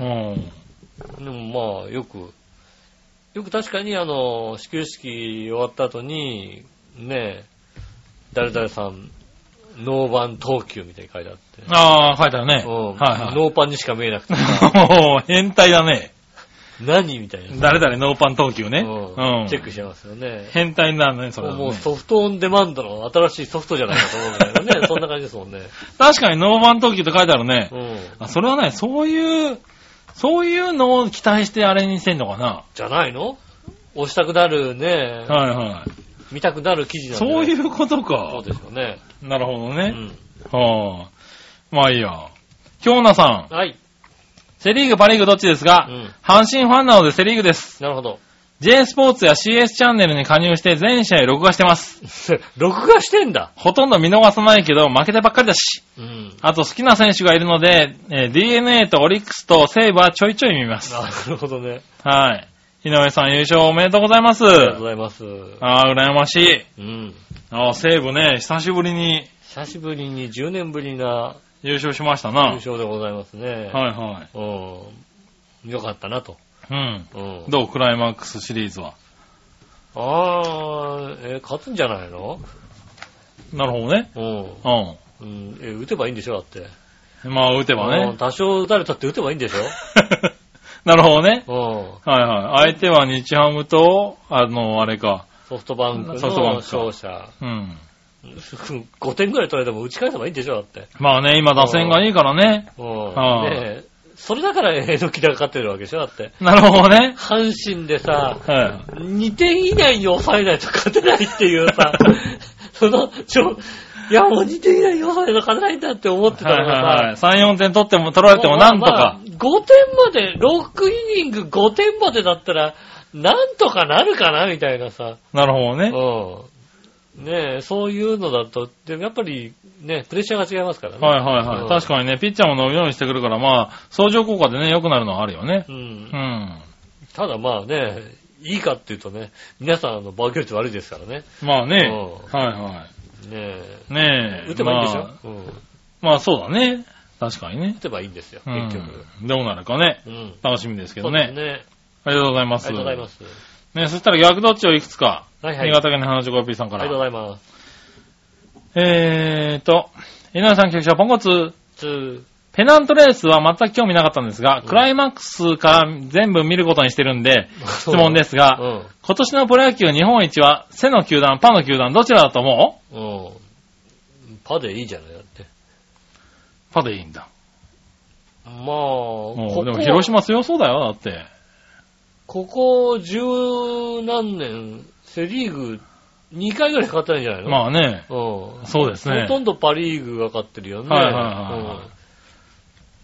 うん。でもまあ、よく、よく確かにあの、始球式終わった後に、ねえ、誰々さん、ノーバン投球みたいに書いてあって。ああ、書いてあるね。うんはい はい。ノーパンにしか見えな くて、もう変態だね。何みたいなさ。誰々ノーパン投球ね。うんチェックししてますよね。変態だね、それはね、もうソフトオンデマンドの新しいソフトじゃないかと思うんだけど ね。そんな感じですもんね。確かにノーパン投球って書いてあるねう。ん。あ、それはね、そういう、そういうのを期待してあれにしてんのかな。じゃないの押したくなるね、はいはい。見たくなる記事なんで。そういううことそかう。ですよね。なるほどうね。ん。はあ。まあいいや。京奈さん、はい。セリーグ、パリーグどっちですが、うん阪神ファンなのでセリーグです。なるほど。 J スポーツや CS チャンネルに加入して全試合録画してます。録画してんだ。ほとんど見逃さないけど、負けてばっかりだし。うん。あと好きな選手がいるので、えー DNA とオリックスと西武はちょいちょい見ます。なるほどね。はい。井上さん優勝おめでとうございます。ありがとうございます。うあー、羨ましい。ん。あー、西武ね、久しぶりに久しぶりに10年ぶりな優勝しました優な。勝でございますね。はいはうん。よかったなと。い。うん。うん。どうクライマックスシリーズは。あー、えー勝つんじゃないのなるほどね。うん。ううん、えー打てばいいんでしょだって。ん。まあ、打てばうんね。多少打たれたって打てばいいんでし なるほどね。ょうん。はいはい。相手は日ハムと、あの、あれか。ソフトバンクソフトバンのクか勝者。 うん。 5点ぐらい取られても打ち返せばいいんでしょだって。まあね、今打線がいいからね。うん。はあねえそれだから、えのきだが勝ってるわけでしょだって。なるほどね。阪神でさ、は2点以内に抑えないと勝てないっていう さ、その、ちょ、いやもう2点以内に抑えないと勝てないんだって思ってい。たのはいがさ、はいはい。3、4点取っても取られてもなんとか。 5点まで、6イニング5点までだったら、なんとかなるかなみたいなさ。なるほどうね。ん。ねえ、そういうのだと、でもやっぱり、ね、プレッシャーが違いますからね。はいはいはうんい。確かにね、ピッチャーも伸び伸びしてくるから、まあ、相乗効果でね、良くなるのはあるよね。う。うんん。ただまあね、いいかっていうとね、皆さんあの防御率悪いですからね。まあね。うはいはねえ。い。ねえ。打てばいいんでしょ、まあうん。打まあそうだね。確かにね。てばいいんですよ、う結局。ん。どうなるかね。うん。楽しみですけそどうですね。ね。ありがとうございまあす。りがとうございます。ね、そしたら逆どっちをいくつか。はいはい。新潟県の花チョコピーさんかありがとうら。ございます。えーと、井上さん局長ポンコツ。つーペナントレースは全く興味なかったんですが、うんクライマックスから全部見ることにしてるんで、質問ですが、うん。今年のプロ野球日本一は、背の球団、パの球団、どちらだと思ううん。パでいいじゃないだって。パでいいんだ。まあ、もこう、でこも広島強そうだよ、だって。ここ十何年、セリーグ2回ぐらい勝ってないんじゃないのまあね、うん。そうですねほとんどパリーグが勝ってるよね。はいはいはいはいうん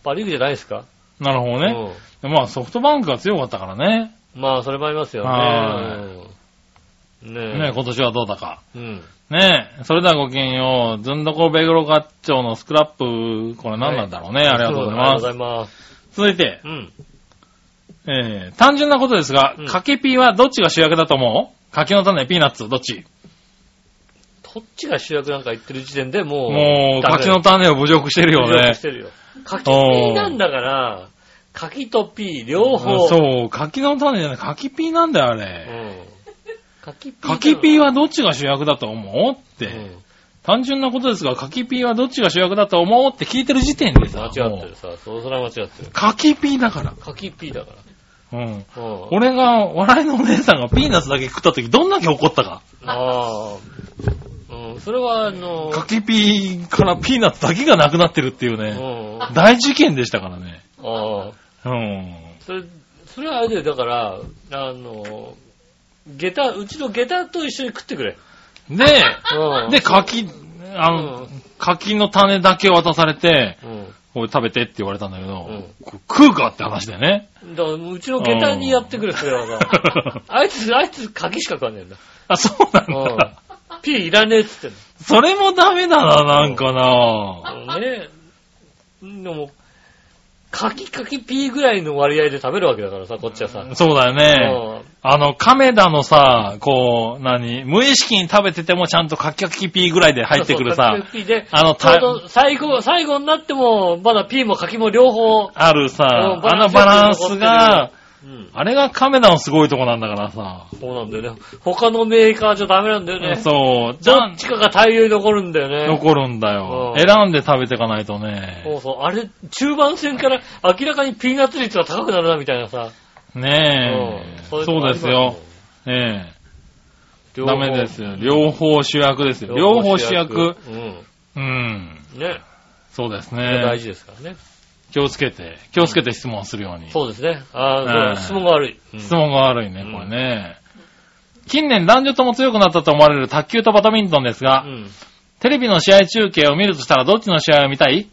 パリーグじゃないですかなるほどね。まあソフトバンクが強かったからね。うんまあ、それもありますよねは。うんねえ。ね、今年はどうだか。うん。ねそれではごきげんよう。ずんどこベグロガッチョのスクラップ、これ何なんだろうね。ありがとうございありがとまうござす。います。続いて、うん。えー、単純なことですがうん、かけピーはどっちが主役だと思う柿の種、ピーナッツ、どっちどっちが主役なんか言ってる時点でもう、もう、ダメ柿の種を侮辱してるよ努力ねし。てるよ。柿ピーなんだから、柿とピー両方。う。そう、柿の種じゃない、柿ピーなんだよ、あれ。ん。柿ピー。柿ピーは、はどっちが主役だと思うって、うん、単純なことですが、柿ピーはどっちが主役だと思うって聞いてる時点で間さ、違っもてうるさ。そう、それは間違ってる。柿ピーだから。柿ピーだかうん。ら。うん。俺が、笑いのお姉さんがピーナッツだけ食った時、どんだけ怒ったか。ああ。うん、それはあの、柿ピーからピーナッツだけがなくなってるっていううね、ん。あ大事件でしたからね。あ。うそれ、それはあれだよ、だから、あの、下駄、うちの下駄と一緒に食ってくれ。ん。で、うん。で、、柿、あの、うん柿の種だけ渡されて、うん。これ食べてって言われたんだけど、うんこ食うかって話だよね。だから、うちの下駄にやってくれ、それはさ。 あいつ、あいつ、柿しか食わねえんだ。あ、そうなんだ。うん。ピーいらねえっつってんの。それもダメだな、なんかな。ねえ。でも、カキカキピーぐらいの割合で食べるわけだからさ、こっちはさ。そうだよね。うんあの、亀田のさ、こう、何、無意識に食べててもちゃんとカキカキピーぐらいで入ってくるそうそうカキさカ、キピーで、あちょのたうど最後、最後になっても、まだピーもカキも両方、あるさ、うんあのバランスが、うん、あれが亀田のすごいとこなんだからさ。そうなんだよね。他のメーカーじゃダメなんだよね。そう、じどゃっちかが大量に残るんだよね。残るんだよ。うん選んで食べてかないとね。そうそう。あれ、中盤戦から明らかにピーナッツ率が高くなるな、みたいなさ。ねえ。んいのそうもありまですよ。ええ。両ダ方メですよ。両方主役ですよ。両方主役。うん。うん。ね。そうですそれ大ね。事ですからね。気をつけて、気をつけて質問するように。そうですね。あうんあ、そう質問が悪い。うん質問が悪いねう、んこれね。近年男女とも強くなったと思われる卓球とバドミントンですが、うん。テレビの試合中継を見るとしたらどっちの試合を見たい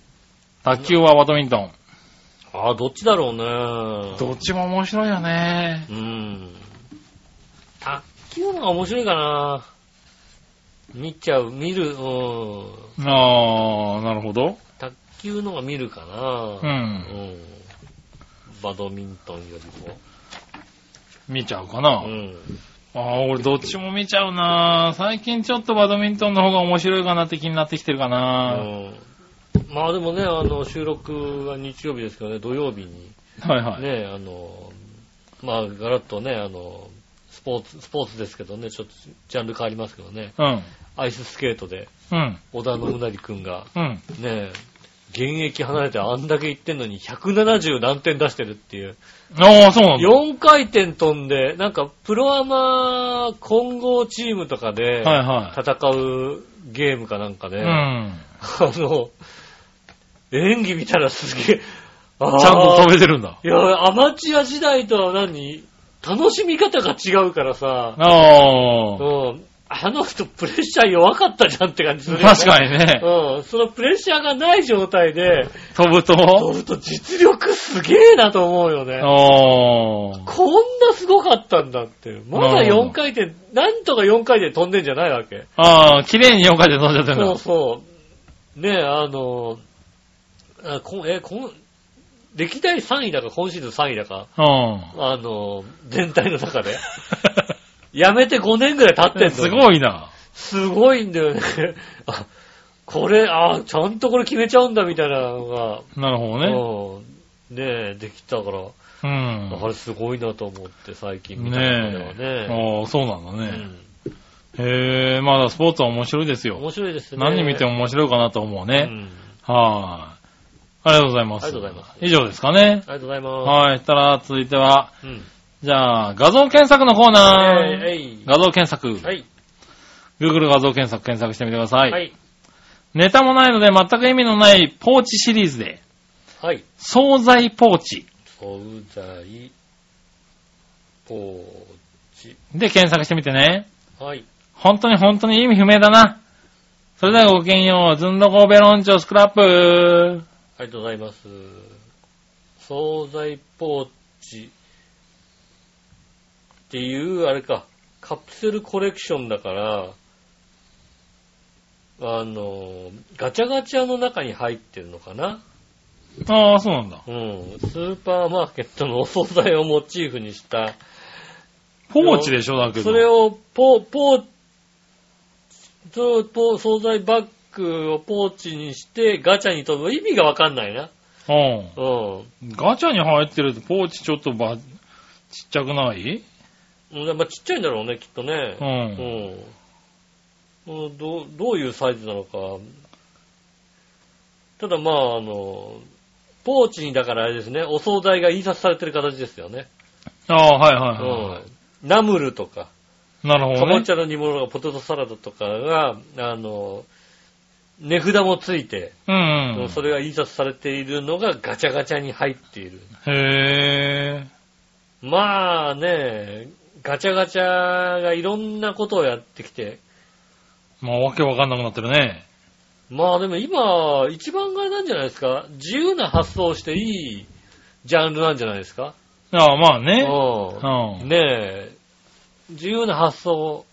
卓球はバドミントン。ああ、どっちだろうね。どっちも面白いよねう。ん。卓球のが面白いかな見ちゃう、見る、うん。ああ、なるほど。卓球のが見るかなう。うんん。バドミントンよりも。見ちゃうかな。うん。ああ、俺どっちも見ちゃうな。最近ちょっとバドミントンの方が面白いかなって気になってきてるかな。うんまあでもね、あの、収録が日曜日ですけどね、土曜日に、はいはい。ね、あの、まあ、ガラッとね、あの、スポーツ、スポーツですけどね、ちょっとジャンル変わりますけどね、うん。アイススケートで、うん。小田信成くんが、うん。ね、現役離れてあんだけ行ってんのに170何点出してるっていう。ああ、そうなんだ。 4回転飛んで、なんかプロアマ混合チームとかではいは戦うゲームかなんかで、い。うん。あの、演技見たらすげえ、あーちゃんと飛べてるんだ。いや、アマチュア時代とは何楽しみ方が違うからさ、ああ。うん、あの人プレッシャー弱かったじゃんって感じするよね、確かにね。うん、そのプレッシャーがない状態で、飛ぶと乗ると実力すげえなと思うよね。ああ。こんなすごかったんだって。まだ4回転、なんとか4回転飛んでんじゃないわけ。ああ、綺麗に4回転飛んじゃってるんだそう。そう。ねえ、あの、あこんえ、こん、歴代3位だか、今シーズン3位だか、うあの、全体の中で。やめて5年ぐらい経ってんのん。よ。 すい。ごいな。すごいんだよね。 あ、これ、あ、ちゃんとこれ決めちゃうんだみたいなのが、なるほどね。うん、ねえ、できたから、うあん。れすごいなと思って、最近見た中ではねえ。ね。ああ、そうなんだうね。んへえ、まだスポーツは面白いですよ。面白いですね。何見ても面白いかなと思ううんね。はーい。ありがとうございます。ありがとうございます以上ですかね。ありがとうございます。はい。したら、続いては、うん。じゃあ、画像検索のコーナー。えいえい画像検索。はい。 Google 画像検索検索してみてください。はい。ネタもないので全く意味のないポーチシリーズで、はい。惣菜ポーチ惣菜、ポーチ。で検索してみてね。はい。本当に本当に意味不明だな。それではごきげんよう。ずんどこベロンチョスクラップ。ありがとうございます。惣菜ポーチっていう、あれか、カプセルコレクションだから、あの、ガチャガチャの中に入ってるのかなああ、そうなんだ。うん。スーパーマーケットのお惣菜をモチーフにした、ポーチでしょだけど。それをポ、ポー、そうポー、惣菜バッグをポーチにしてガチャに飛ぶ。意味がわかんないな。うん。うん。ガチャに入ってるとポーチちょっとば、ちっちゃくないうんまあ、ちっちゃいんだろうね、きっとねう。ん。うん。うんどうどういうサイズなのか。ただまあ、あの、ポーチにだからあれですね、お惣菜が印刷されてる形ですよね。ああ、はいはういはいはん。ナムルとか、い。なるかほどぼねち。ゃの煮物がポテトサラダとかが、あの、値札もついて、うん、うんそれが印刷されているのがガチャガチャに入っている。へえ。まあね、ガチャガチャがいろんなことをやってきて、まあ、わけわかんなくなってるね。まあでも今、一番あれなんじゃないですか自由な発想をしていいジャンルなんじゃないですかああ、まあね。う。うんん。ねえ、自由な発想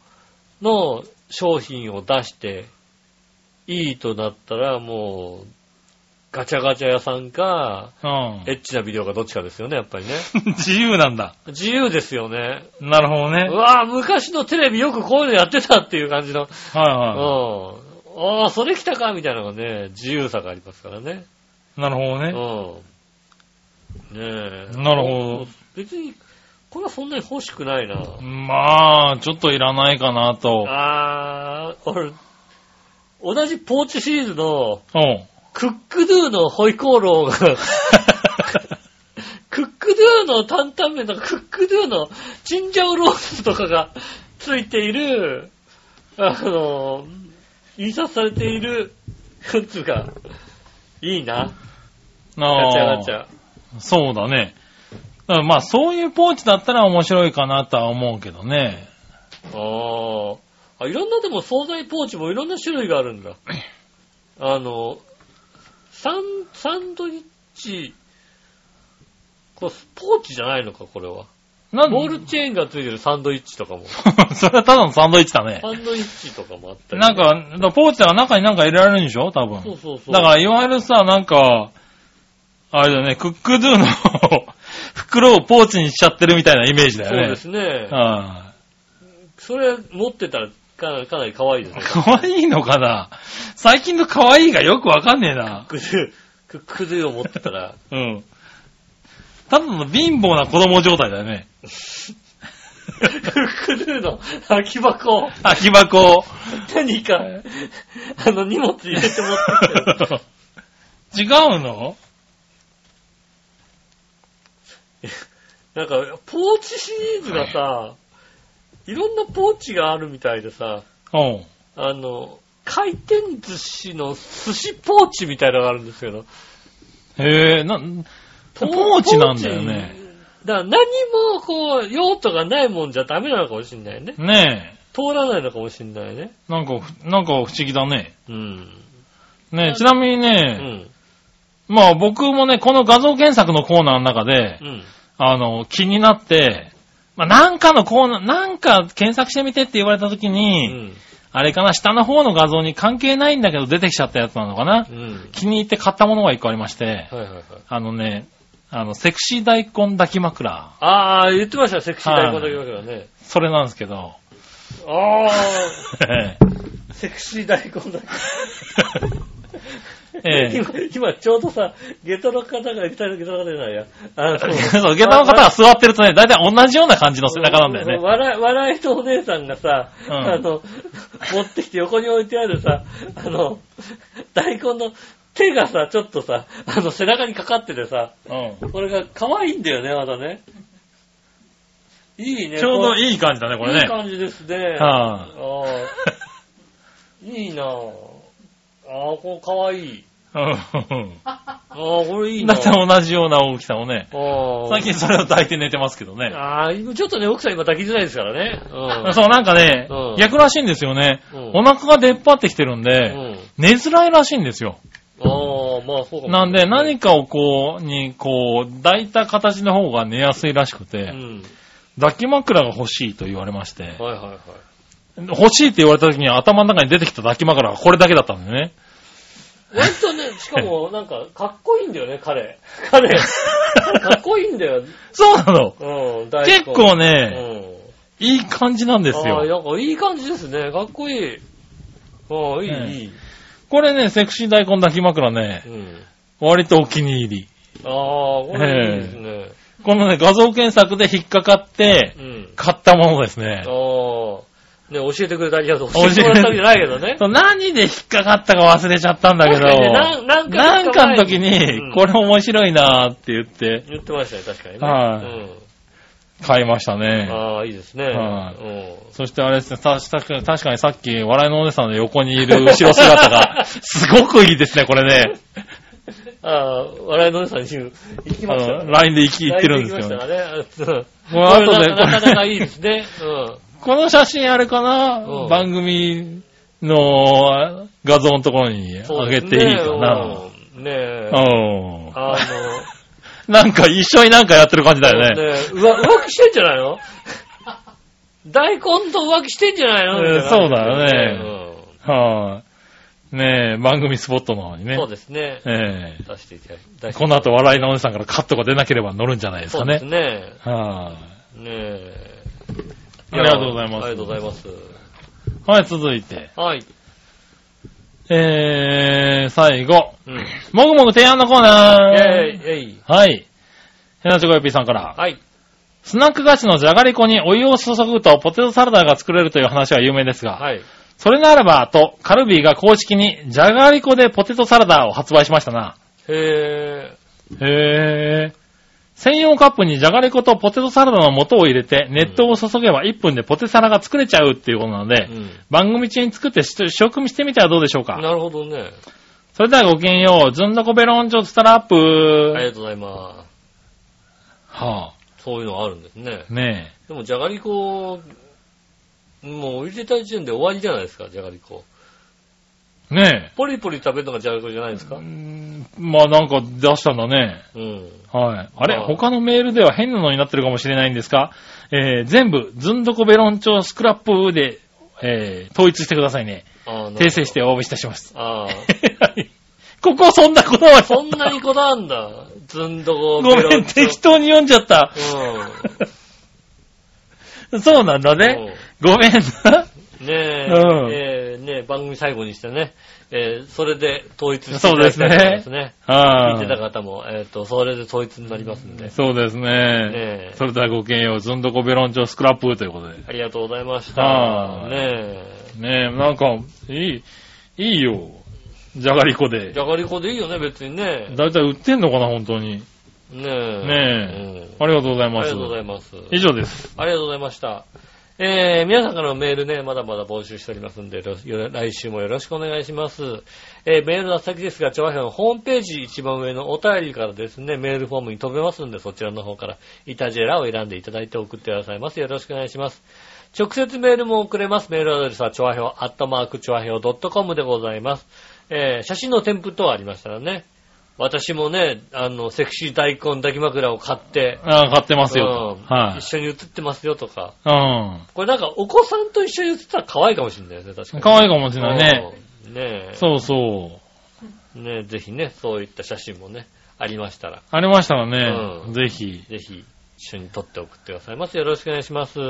の商品を出していいとなったらもう、ガチャガチャ屋さんか、うんエ。ッチなビデオかどっちかですよね、やっぱりね。 自由なんだ。自由ですよね。なるほどねう。わぁ、昔のテレビよくこういうのやってたっていう感じの。はいはうん。ああ、それ来たかみたいなのがね、自由さがありますからね。い。なるほどうん。ね。ねえ。なるほど。別に、これはそんなに欲しくないな。まあ、ちょっといらないかなと。あー、俺、同じポーチシリーズの、うん。クックドゥのホイコーロー が、クックドゥの担々麺とか、クックドゥのチンジャオロースとかがついている、あの、印刷されている、やつが、いいな。ガチャあガチャ。あ、そうだね。だからまあ、そういうポーチだったら面白いかなとは思うけどね。ああ。あ、いろんなでも惣菜ポーチもいろんな種類があるんだ。あの、サン、サンドイッチ、これポーチじゃないのか、これは。なんボールチェーンがついてるサンドイッチとかも。 それはただのサンドイッチだね。サンドイッチとかもあったり。なん、か、だからポーチは中になんか入れられるんでしょ多分。そうそうそう。だから、いわゆるさ、なんか、あれだよね、クックドゥの 袋をポーチにしちゃってるみたいなイメージだそうよね。ですね。はそれ持ってたらかなかなり可愛いですねい。。可愛いのかな最近の可愛いがよくわかんねえな。クックドゥ、クックドゥを持ってたら、うん。ただの貧乏な子供状態だよね。クックドゥの空き箱を空き箱を。何か、あの荷物入れて持ってきてる。 違うのなんか、ポーチシリーズがさ、いろんなポーチがあるみたいでさ、うん。あの、回転寿司の寿司ポーチみたいなのがあるんですけど、へえ、な、ポーチなんだよね。だから何もこう、用途がないもんじゃダメなのかもしんないね。ね通らないのかもしんないね。え。なんかふ、なんか不思議だね。うん。ねえ、ちなみにうね、ん。まあ僕もね、この画像検索のコーナーの中で、うん。あの、気になって、まあなんかのコーナー、なんか検索してみてって言われた時うに、ん。あれかな、下の方の画像に関係ないんだけど出てきちゃったやつなのかな。うん。気に入って買ったものが一個ありまして、はいはいはい。あのね、あの、セクシー大根抱き枕。ああ、言ってました、セクシー大根だけだからね。それなんですけど。あ あ、セクシー大根だけ。ええ今、今ちょうどさ、ゲトの方が、ゲトの方じゃないや。あの そう、下駄の方が座ってるとね、だいたい同じような感じの背中なんだよね。笑い、笑いとお姉さんがさ、うんあの、持ってきて横に置いてあるさ、あの、大根の手がさ、ちょっとさ、あの、背中にかかっててさ、うこれが可愛いんだよね、まだね。いいね。ん。ちょうどいい感じだね、これいいね。感じですね。はあーいいなぁ。ああ、これかわいい。うんああ、これいいなだいたい同じような大きさをね。最最近それを抱いて寝てますけどね。ああ、ちょっとね、奥さん今抱きづらいですからね。うん。そう、なんかねうん、逆らしいんですよね。うんお腹が出っ張ってきてるんうで、ん。寝づらいらしいんですよ。ああ、まあそうかも。なんで、何かをこう、に、こう、抱いた形の方が寝やすいらしくうて、ん。抱き枕が欲しいと言われまして、はいはいはい。欲しいって言われた時に頭の中に出てきた抱き枕がこれだけだったんでね。割とね、しかもなんか、かっこいいんだよね、彼。彼。かっこいいんだよ。そうなのうん、大根結構うね、ん。いい感じなんですああ、なよ。んかいい感じですね。かっこいい。ああ、いねい、いい。これね、セクシー大根抱き枕ねう、ん。割とお気に入り。ああ、これいいですね。このね、画像検索で引っかかって、うん。買ったものですねああ。。ね、教えてくれたありがとう。教えてもらったわけじゃないけどね。そう何で引っかかったか忘れちゃったんだけど、確かにねなんなんかなんかの時うんに、これ面白いなーって言って、言ってましたね、確かにね。はい買いましたうん。ね。ああ、いいですね。はいうんそしてあれですね、た確か確かにさっき、笑いのお姉さんの横にいる後ろ姿 が、すごくいいですね、これね。ああ、笑いのお姉さんに行きあましたの、ね。 LINE で行き行ってるんですよ行きまね。したからね。もう後で、なかなかなかいいこでれすね。うん。この写真あれかな、うん番組の画像のところにそう上でげすてねいいかな。。うんねえ。うん。あの、なんか一緒になんかやってる感じだよね。そうねうわ浮気してんじゃないの 大根と浮気してんじゃないのみたいなそうだよね。うんはい、ねえ、番組スポットの方にね。そうですね。え出していただきえ出してこの後、笑いのお姉さんからカットが出なければ乗るんじゃないですそかうでねす。ね。はい、ねえ。ありがとうございますありがとうございます。はい、続いて。はい。えー、最後。うん。イもぐもぐ提案のコーナー。ェイ、イェイ。はい。ヘナチョコヨッピーさんから。はい。スナック菓子のじゃがりこにお湯を注ぐとポテトサラダが作れるという話は有名ですが、はい。それならば、と、カルビーが公式にじゃがりこでポテトサラダを発売しましたな。へへー。専用カップにじゃがりことポテトサラダの素を入れて、熱湯を注げば1分でポテサラが作れちゃうっていうことなのぇで、ー。うん。番組中に作って試食見してみてはどうでしょうか。なるほどね。それではごきげんよう、ずんどこベロンチョスタラップ。ありはがとうございまあ、す。そういうのあるんですね。ねでも、じゃがりこ、もう入れた時点で終わりじゃないですか、じゃがりこ。え、ねえ。ポリポリ食べるのがじゃがりこじゃないですかうーんまあなんか出したんだね。うん。はい。あれ、ああ他のメールでは変なのになってるかもしれないんですが、えー、全部、ずんどこベロンチョスクラップで、えー、統一してくださいね。あー訂正して。お詫びいたします。 なるほどあーはいここそんなことはそんなにこだわんだ。ずんどこごベロンチョ。めん、適当に読んじゃった。そうなんだうん。ね。ごめんな。うんねえ、うんえーねえ番組最後にしてね、えーそれで統一していたそうだできすたいねと思いますね。聞いてたは方も、えっ、と、それで統一になりますんでい。。そうですね。ねえそれではごきげんよう、ずんどこベロンチョスクラップということで。ありがとうございました。はねえ。いねえ、なんか、いい、いいよ。じゃがりこでじ。ゃがりこでいいよね、別にね。だいたい売ってんのかな、本当に。ねえ。ねうんありがとうございあまりす。がとうございます。以上です。ありがとうございました。えー、皆さんからのメールね、まだまだ募集しておりますんで、よろしよろ来週もよろしくお願いします。えー、メールの先ですが、調和表のホームページ一番上のお便りからですね、メールフォームに飛べますんで、そちらの方から、イタジェラを選んでいただいて送ってくださいます。よろしくお願いします。直接メールも送れます。メールアドレスは、調和表、アットマーク、調和表 .com でございます。えー、写真の添付等ありましたらね、私もね、あの、セクシー大根抱き枕を買って、あー買ってますようん。はい一。緒に写ってますよとか。うこれなんかお子さんと一緒に写ったら可愛いかもしれないですね、確かん。に。可愛いかもしれないね。うん。ねえ。そうそう。う。ねえ、ぜひね、そういった写真もね、ありましたら、ありましたらね、うんぜひ。ぜひ一緒に撮って送ってくださいます。よろしくお願いします。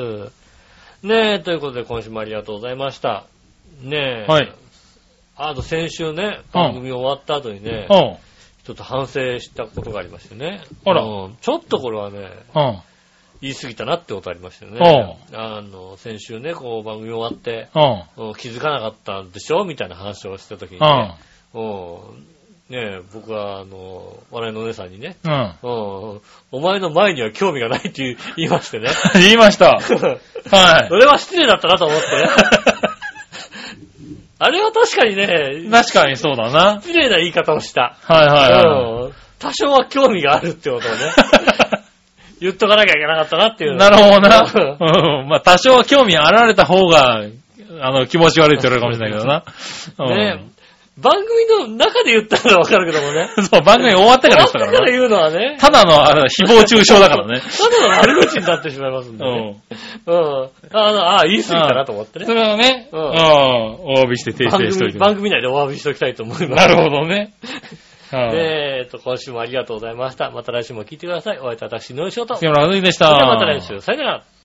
ねえ、ということで今週もありがとうございました。ねえ。はい。あと先週ね、番組終わった後にね、うん。ちょっと反省したことがありましてね。あらうんちょっとこれはね、うん。言い過ぎたなってことありましたよね。おあの、先週ね、こう番組終わって、うん。うん気づかなかったんでしょみたいな話をしたときにうねん。うんねえ僕は、あの、笑いのお姉さんにね、うん。うんお前の前には興味がないって言う言いましてね。 言いました。はそれは失礼だったなと思ってね。あれは確かにい。ね、確かにそうだな。失礼な言い方をした。はいはいはうん多少は興味があるってことをね、 言っとかなきゃいけなかったなっていう。い。なるほどな。うん。まあ、多少は興味あられた方が、あの、気持ち悪いって言われるかもしれないけどな。ね番組の中で言ったらわかるけどもね。うん。そう、番組終わったからでした終わってかかららね。言うのはね、ただの、あれ、誹謗中傷だからね。ただの悪口になってしまいますんでうね。ん。うん。あのあ、言い過ぎたなと思ってそね。れをね、ううんん、お詫びして訂番正してお組いて。番組内でお詫びしておきたいと思います。なるほどね。はい。 でえっと、今週もありがとうございました。また来週も聞いてください。お会いいたい私、ノイショーと。そ杉れ村和之でした。ではまた来週。さよなら。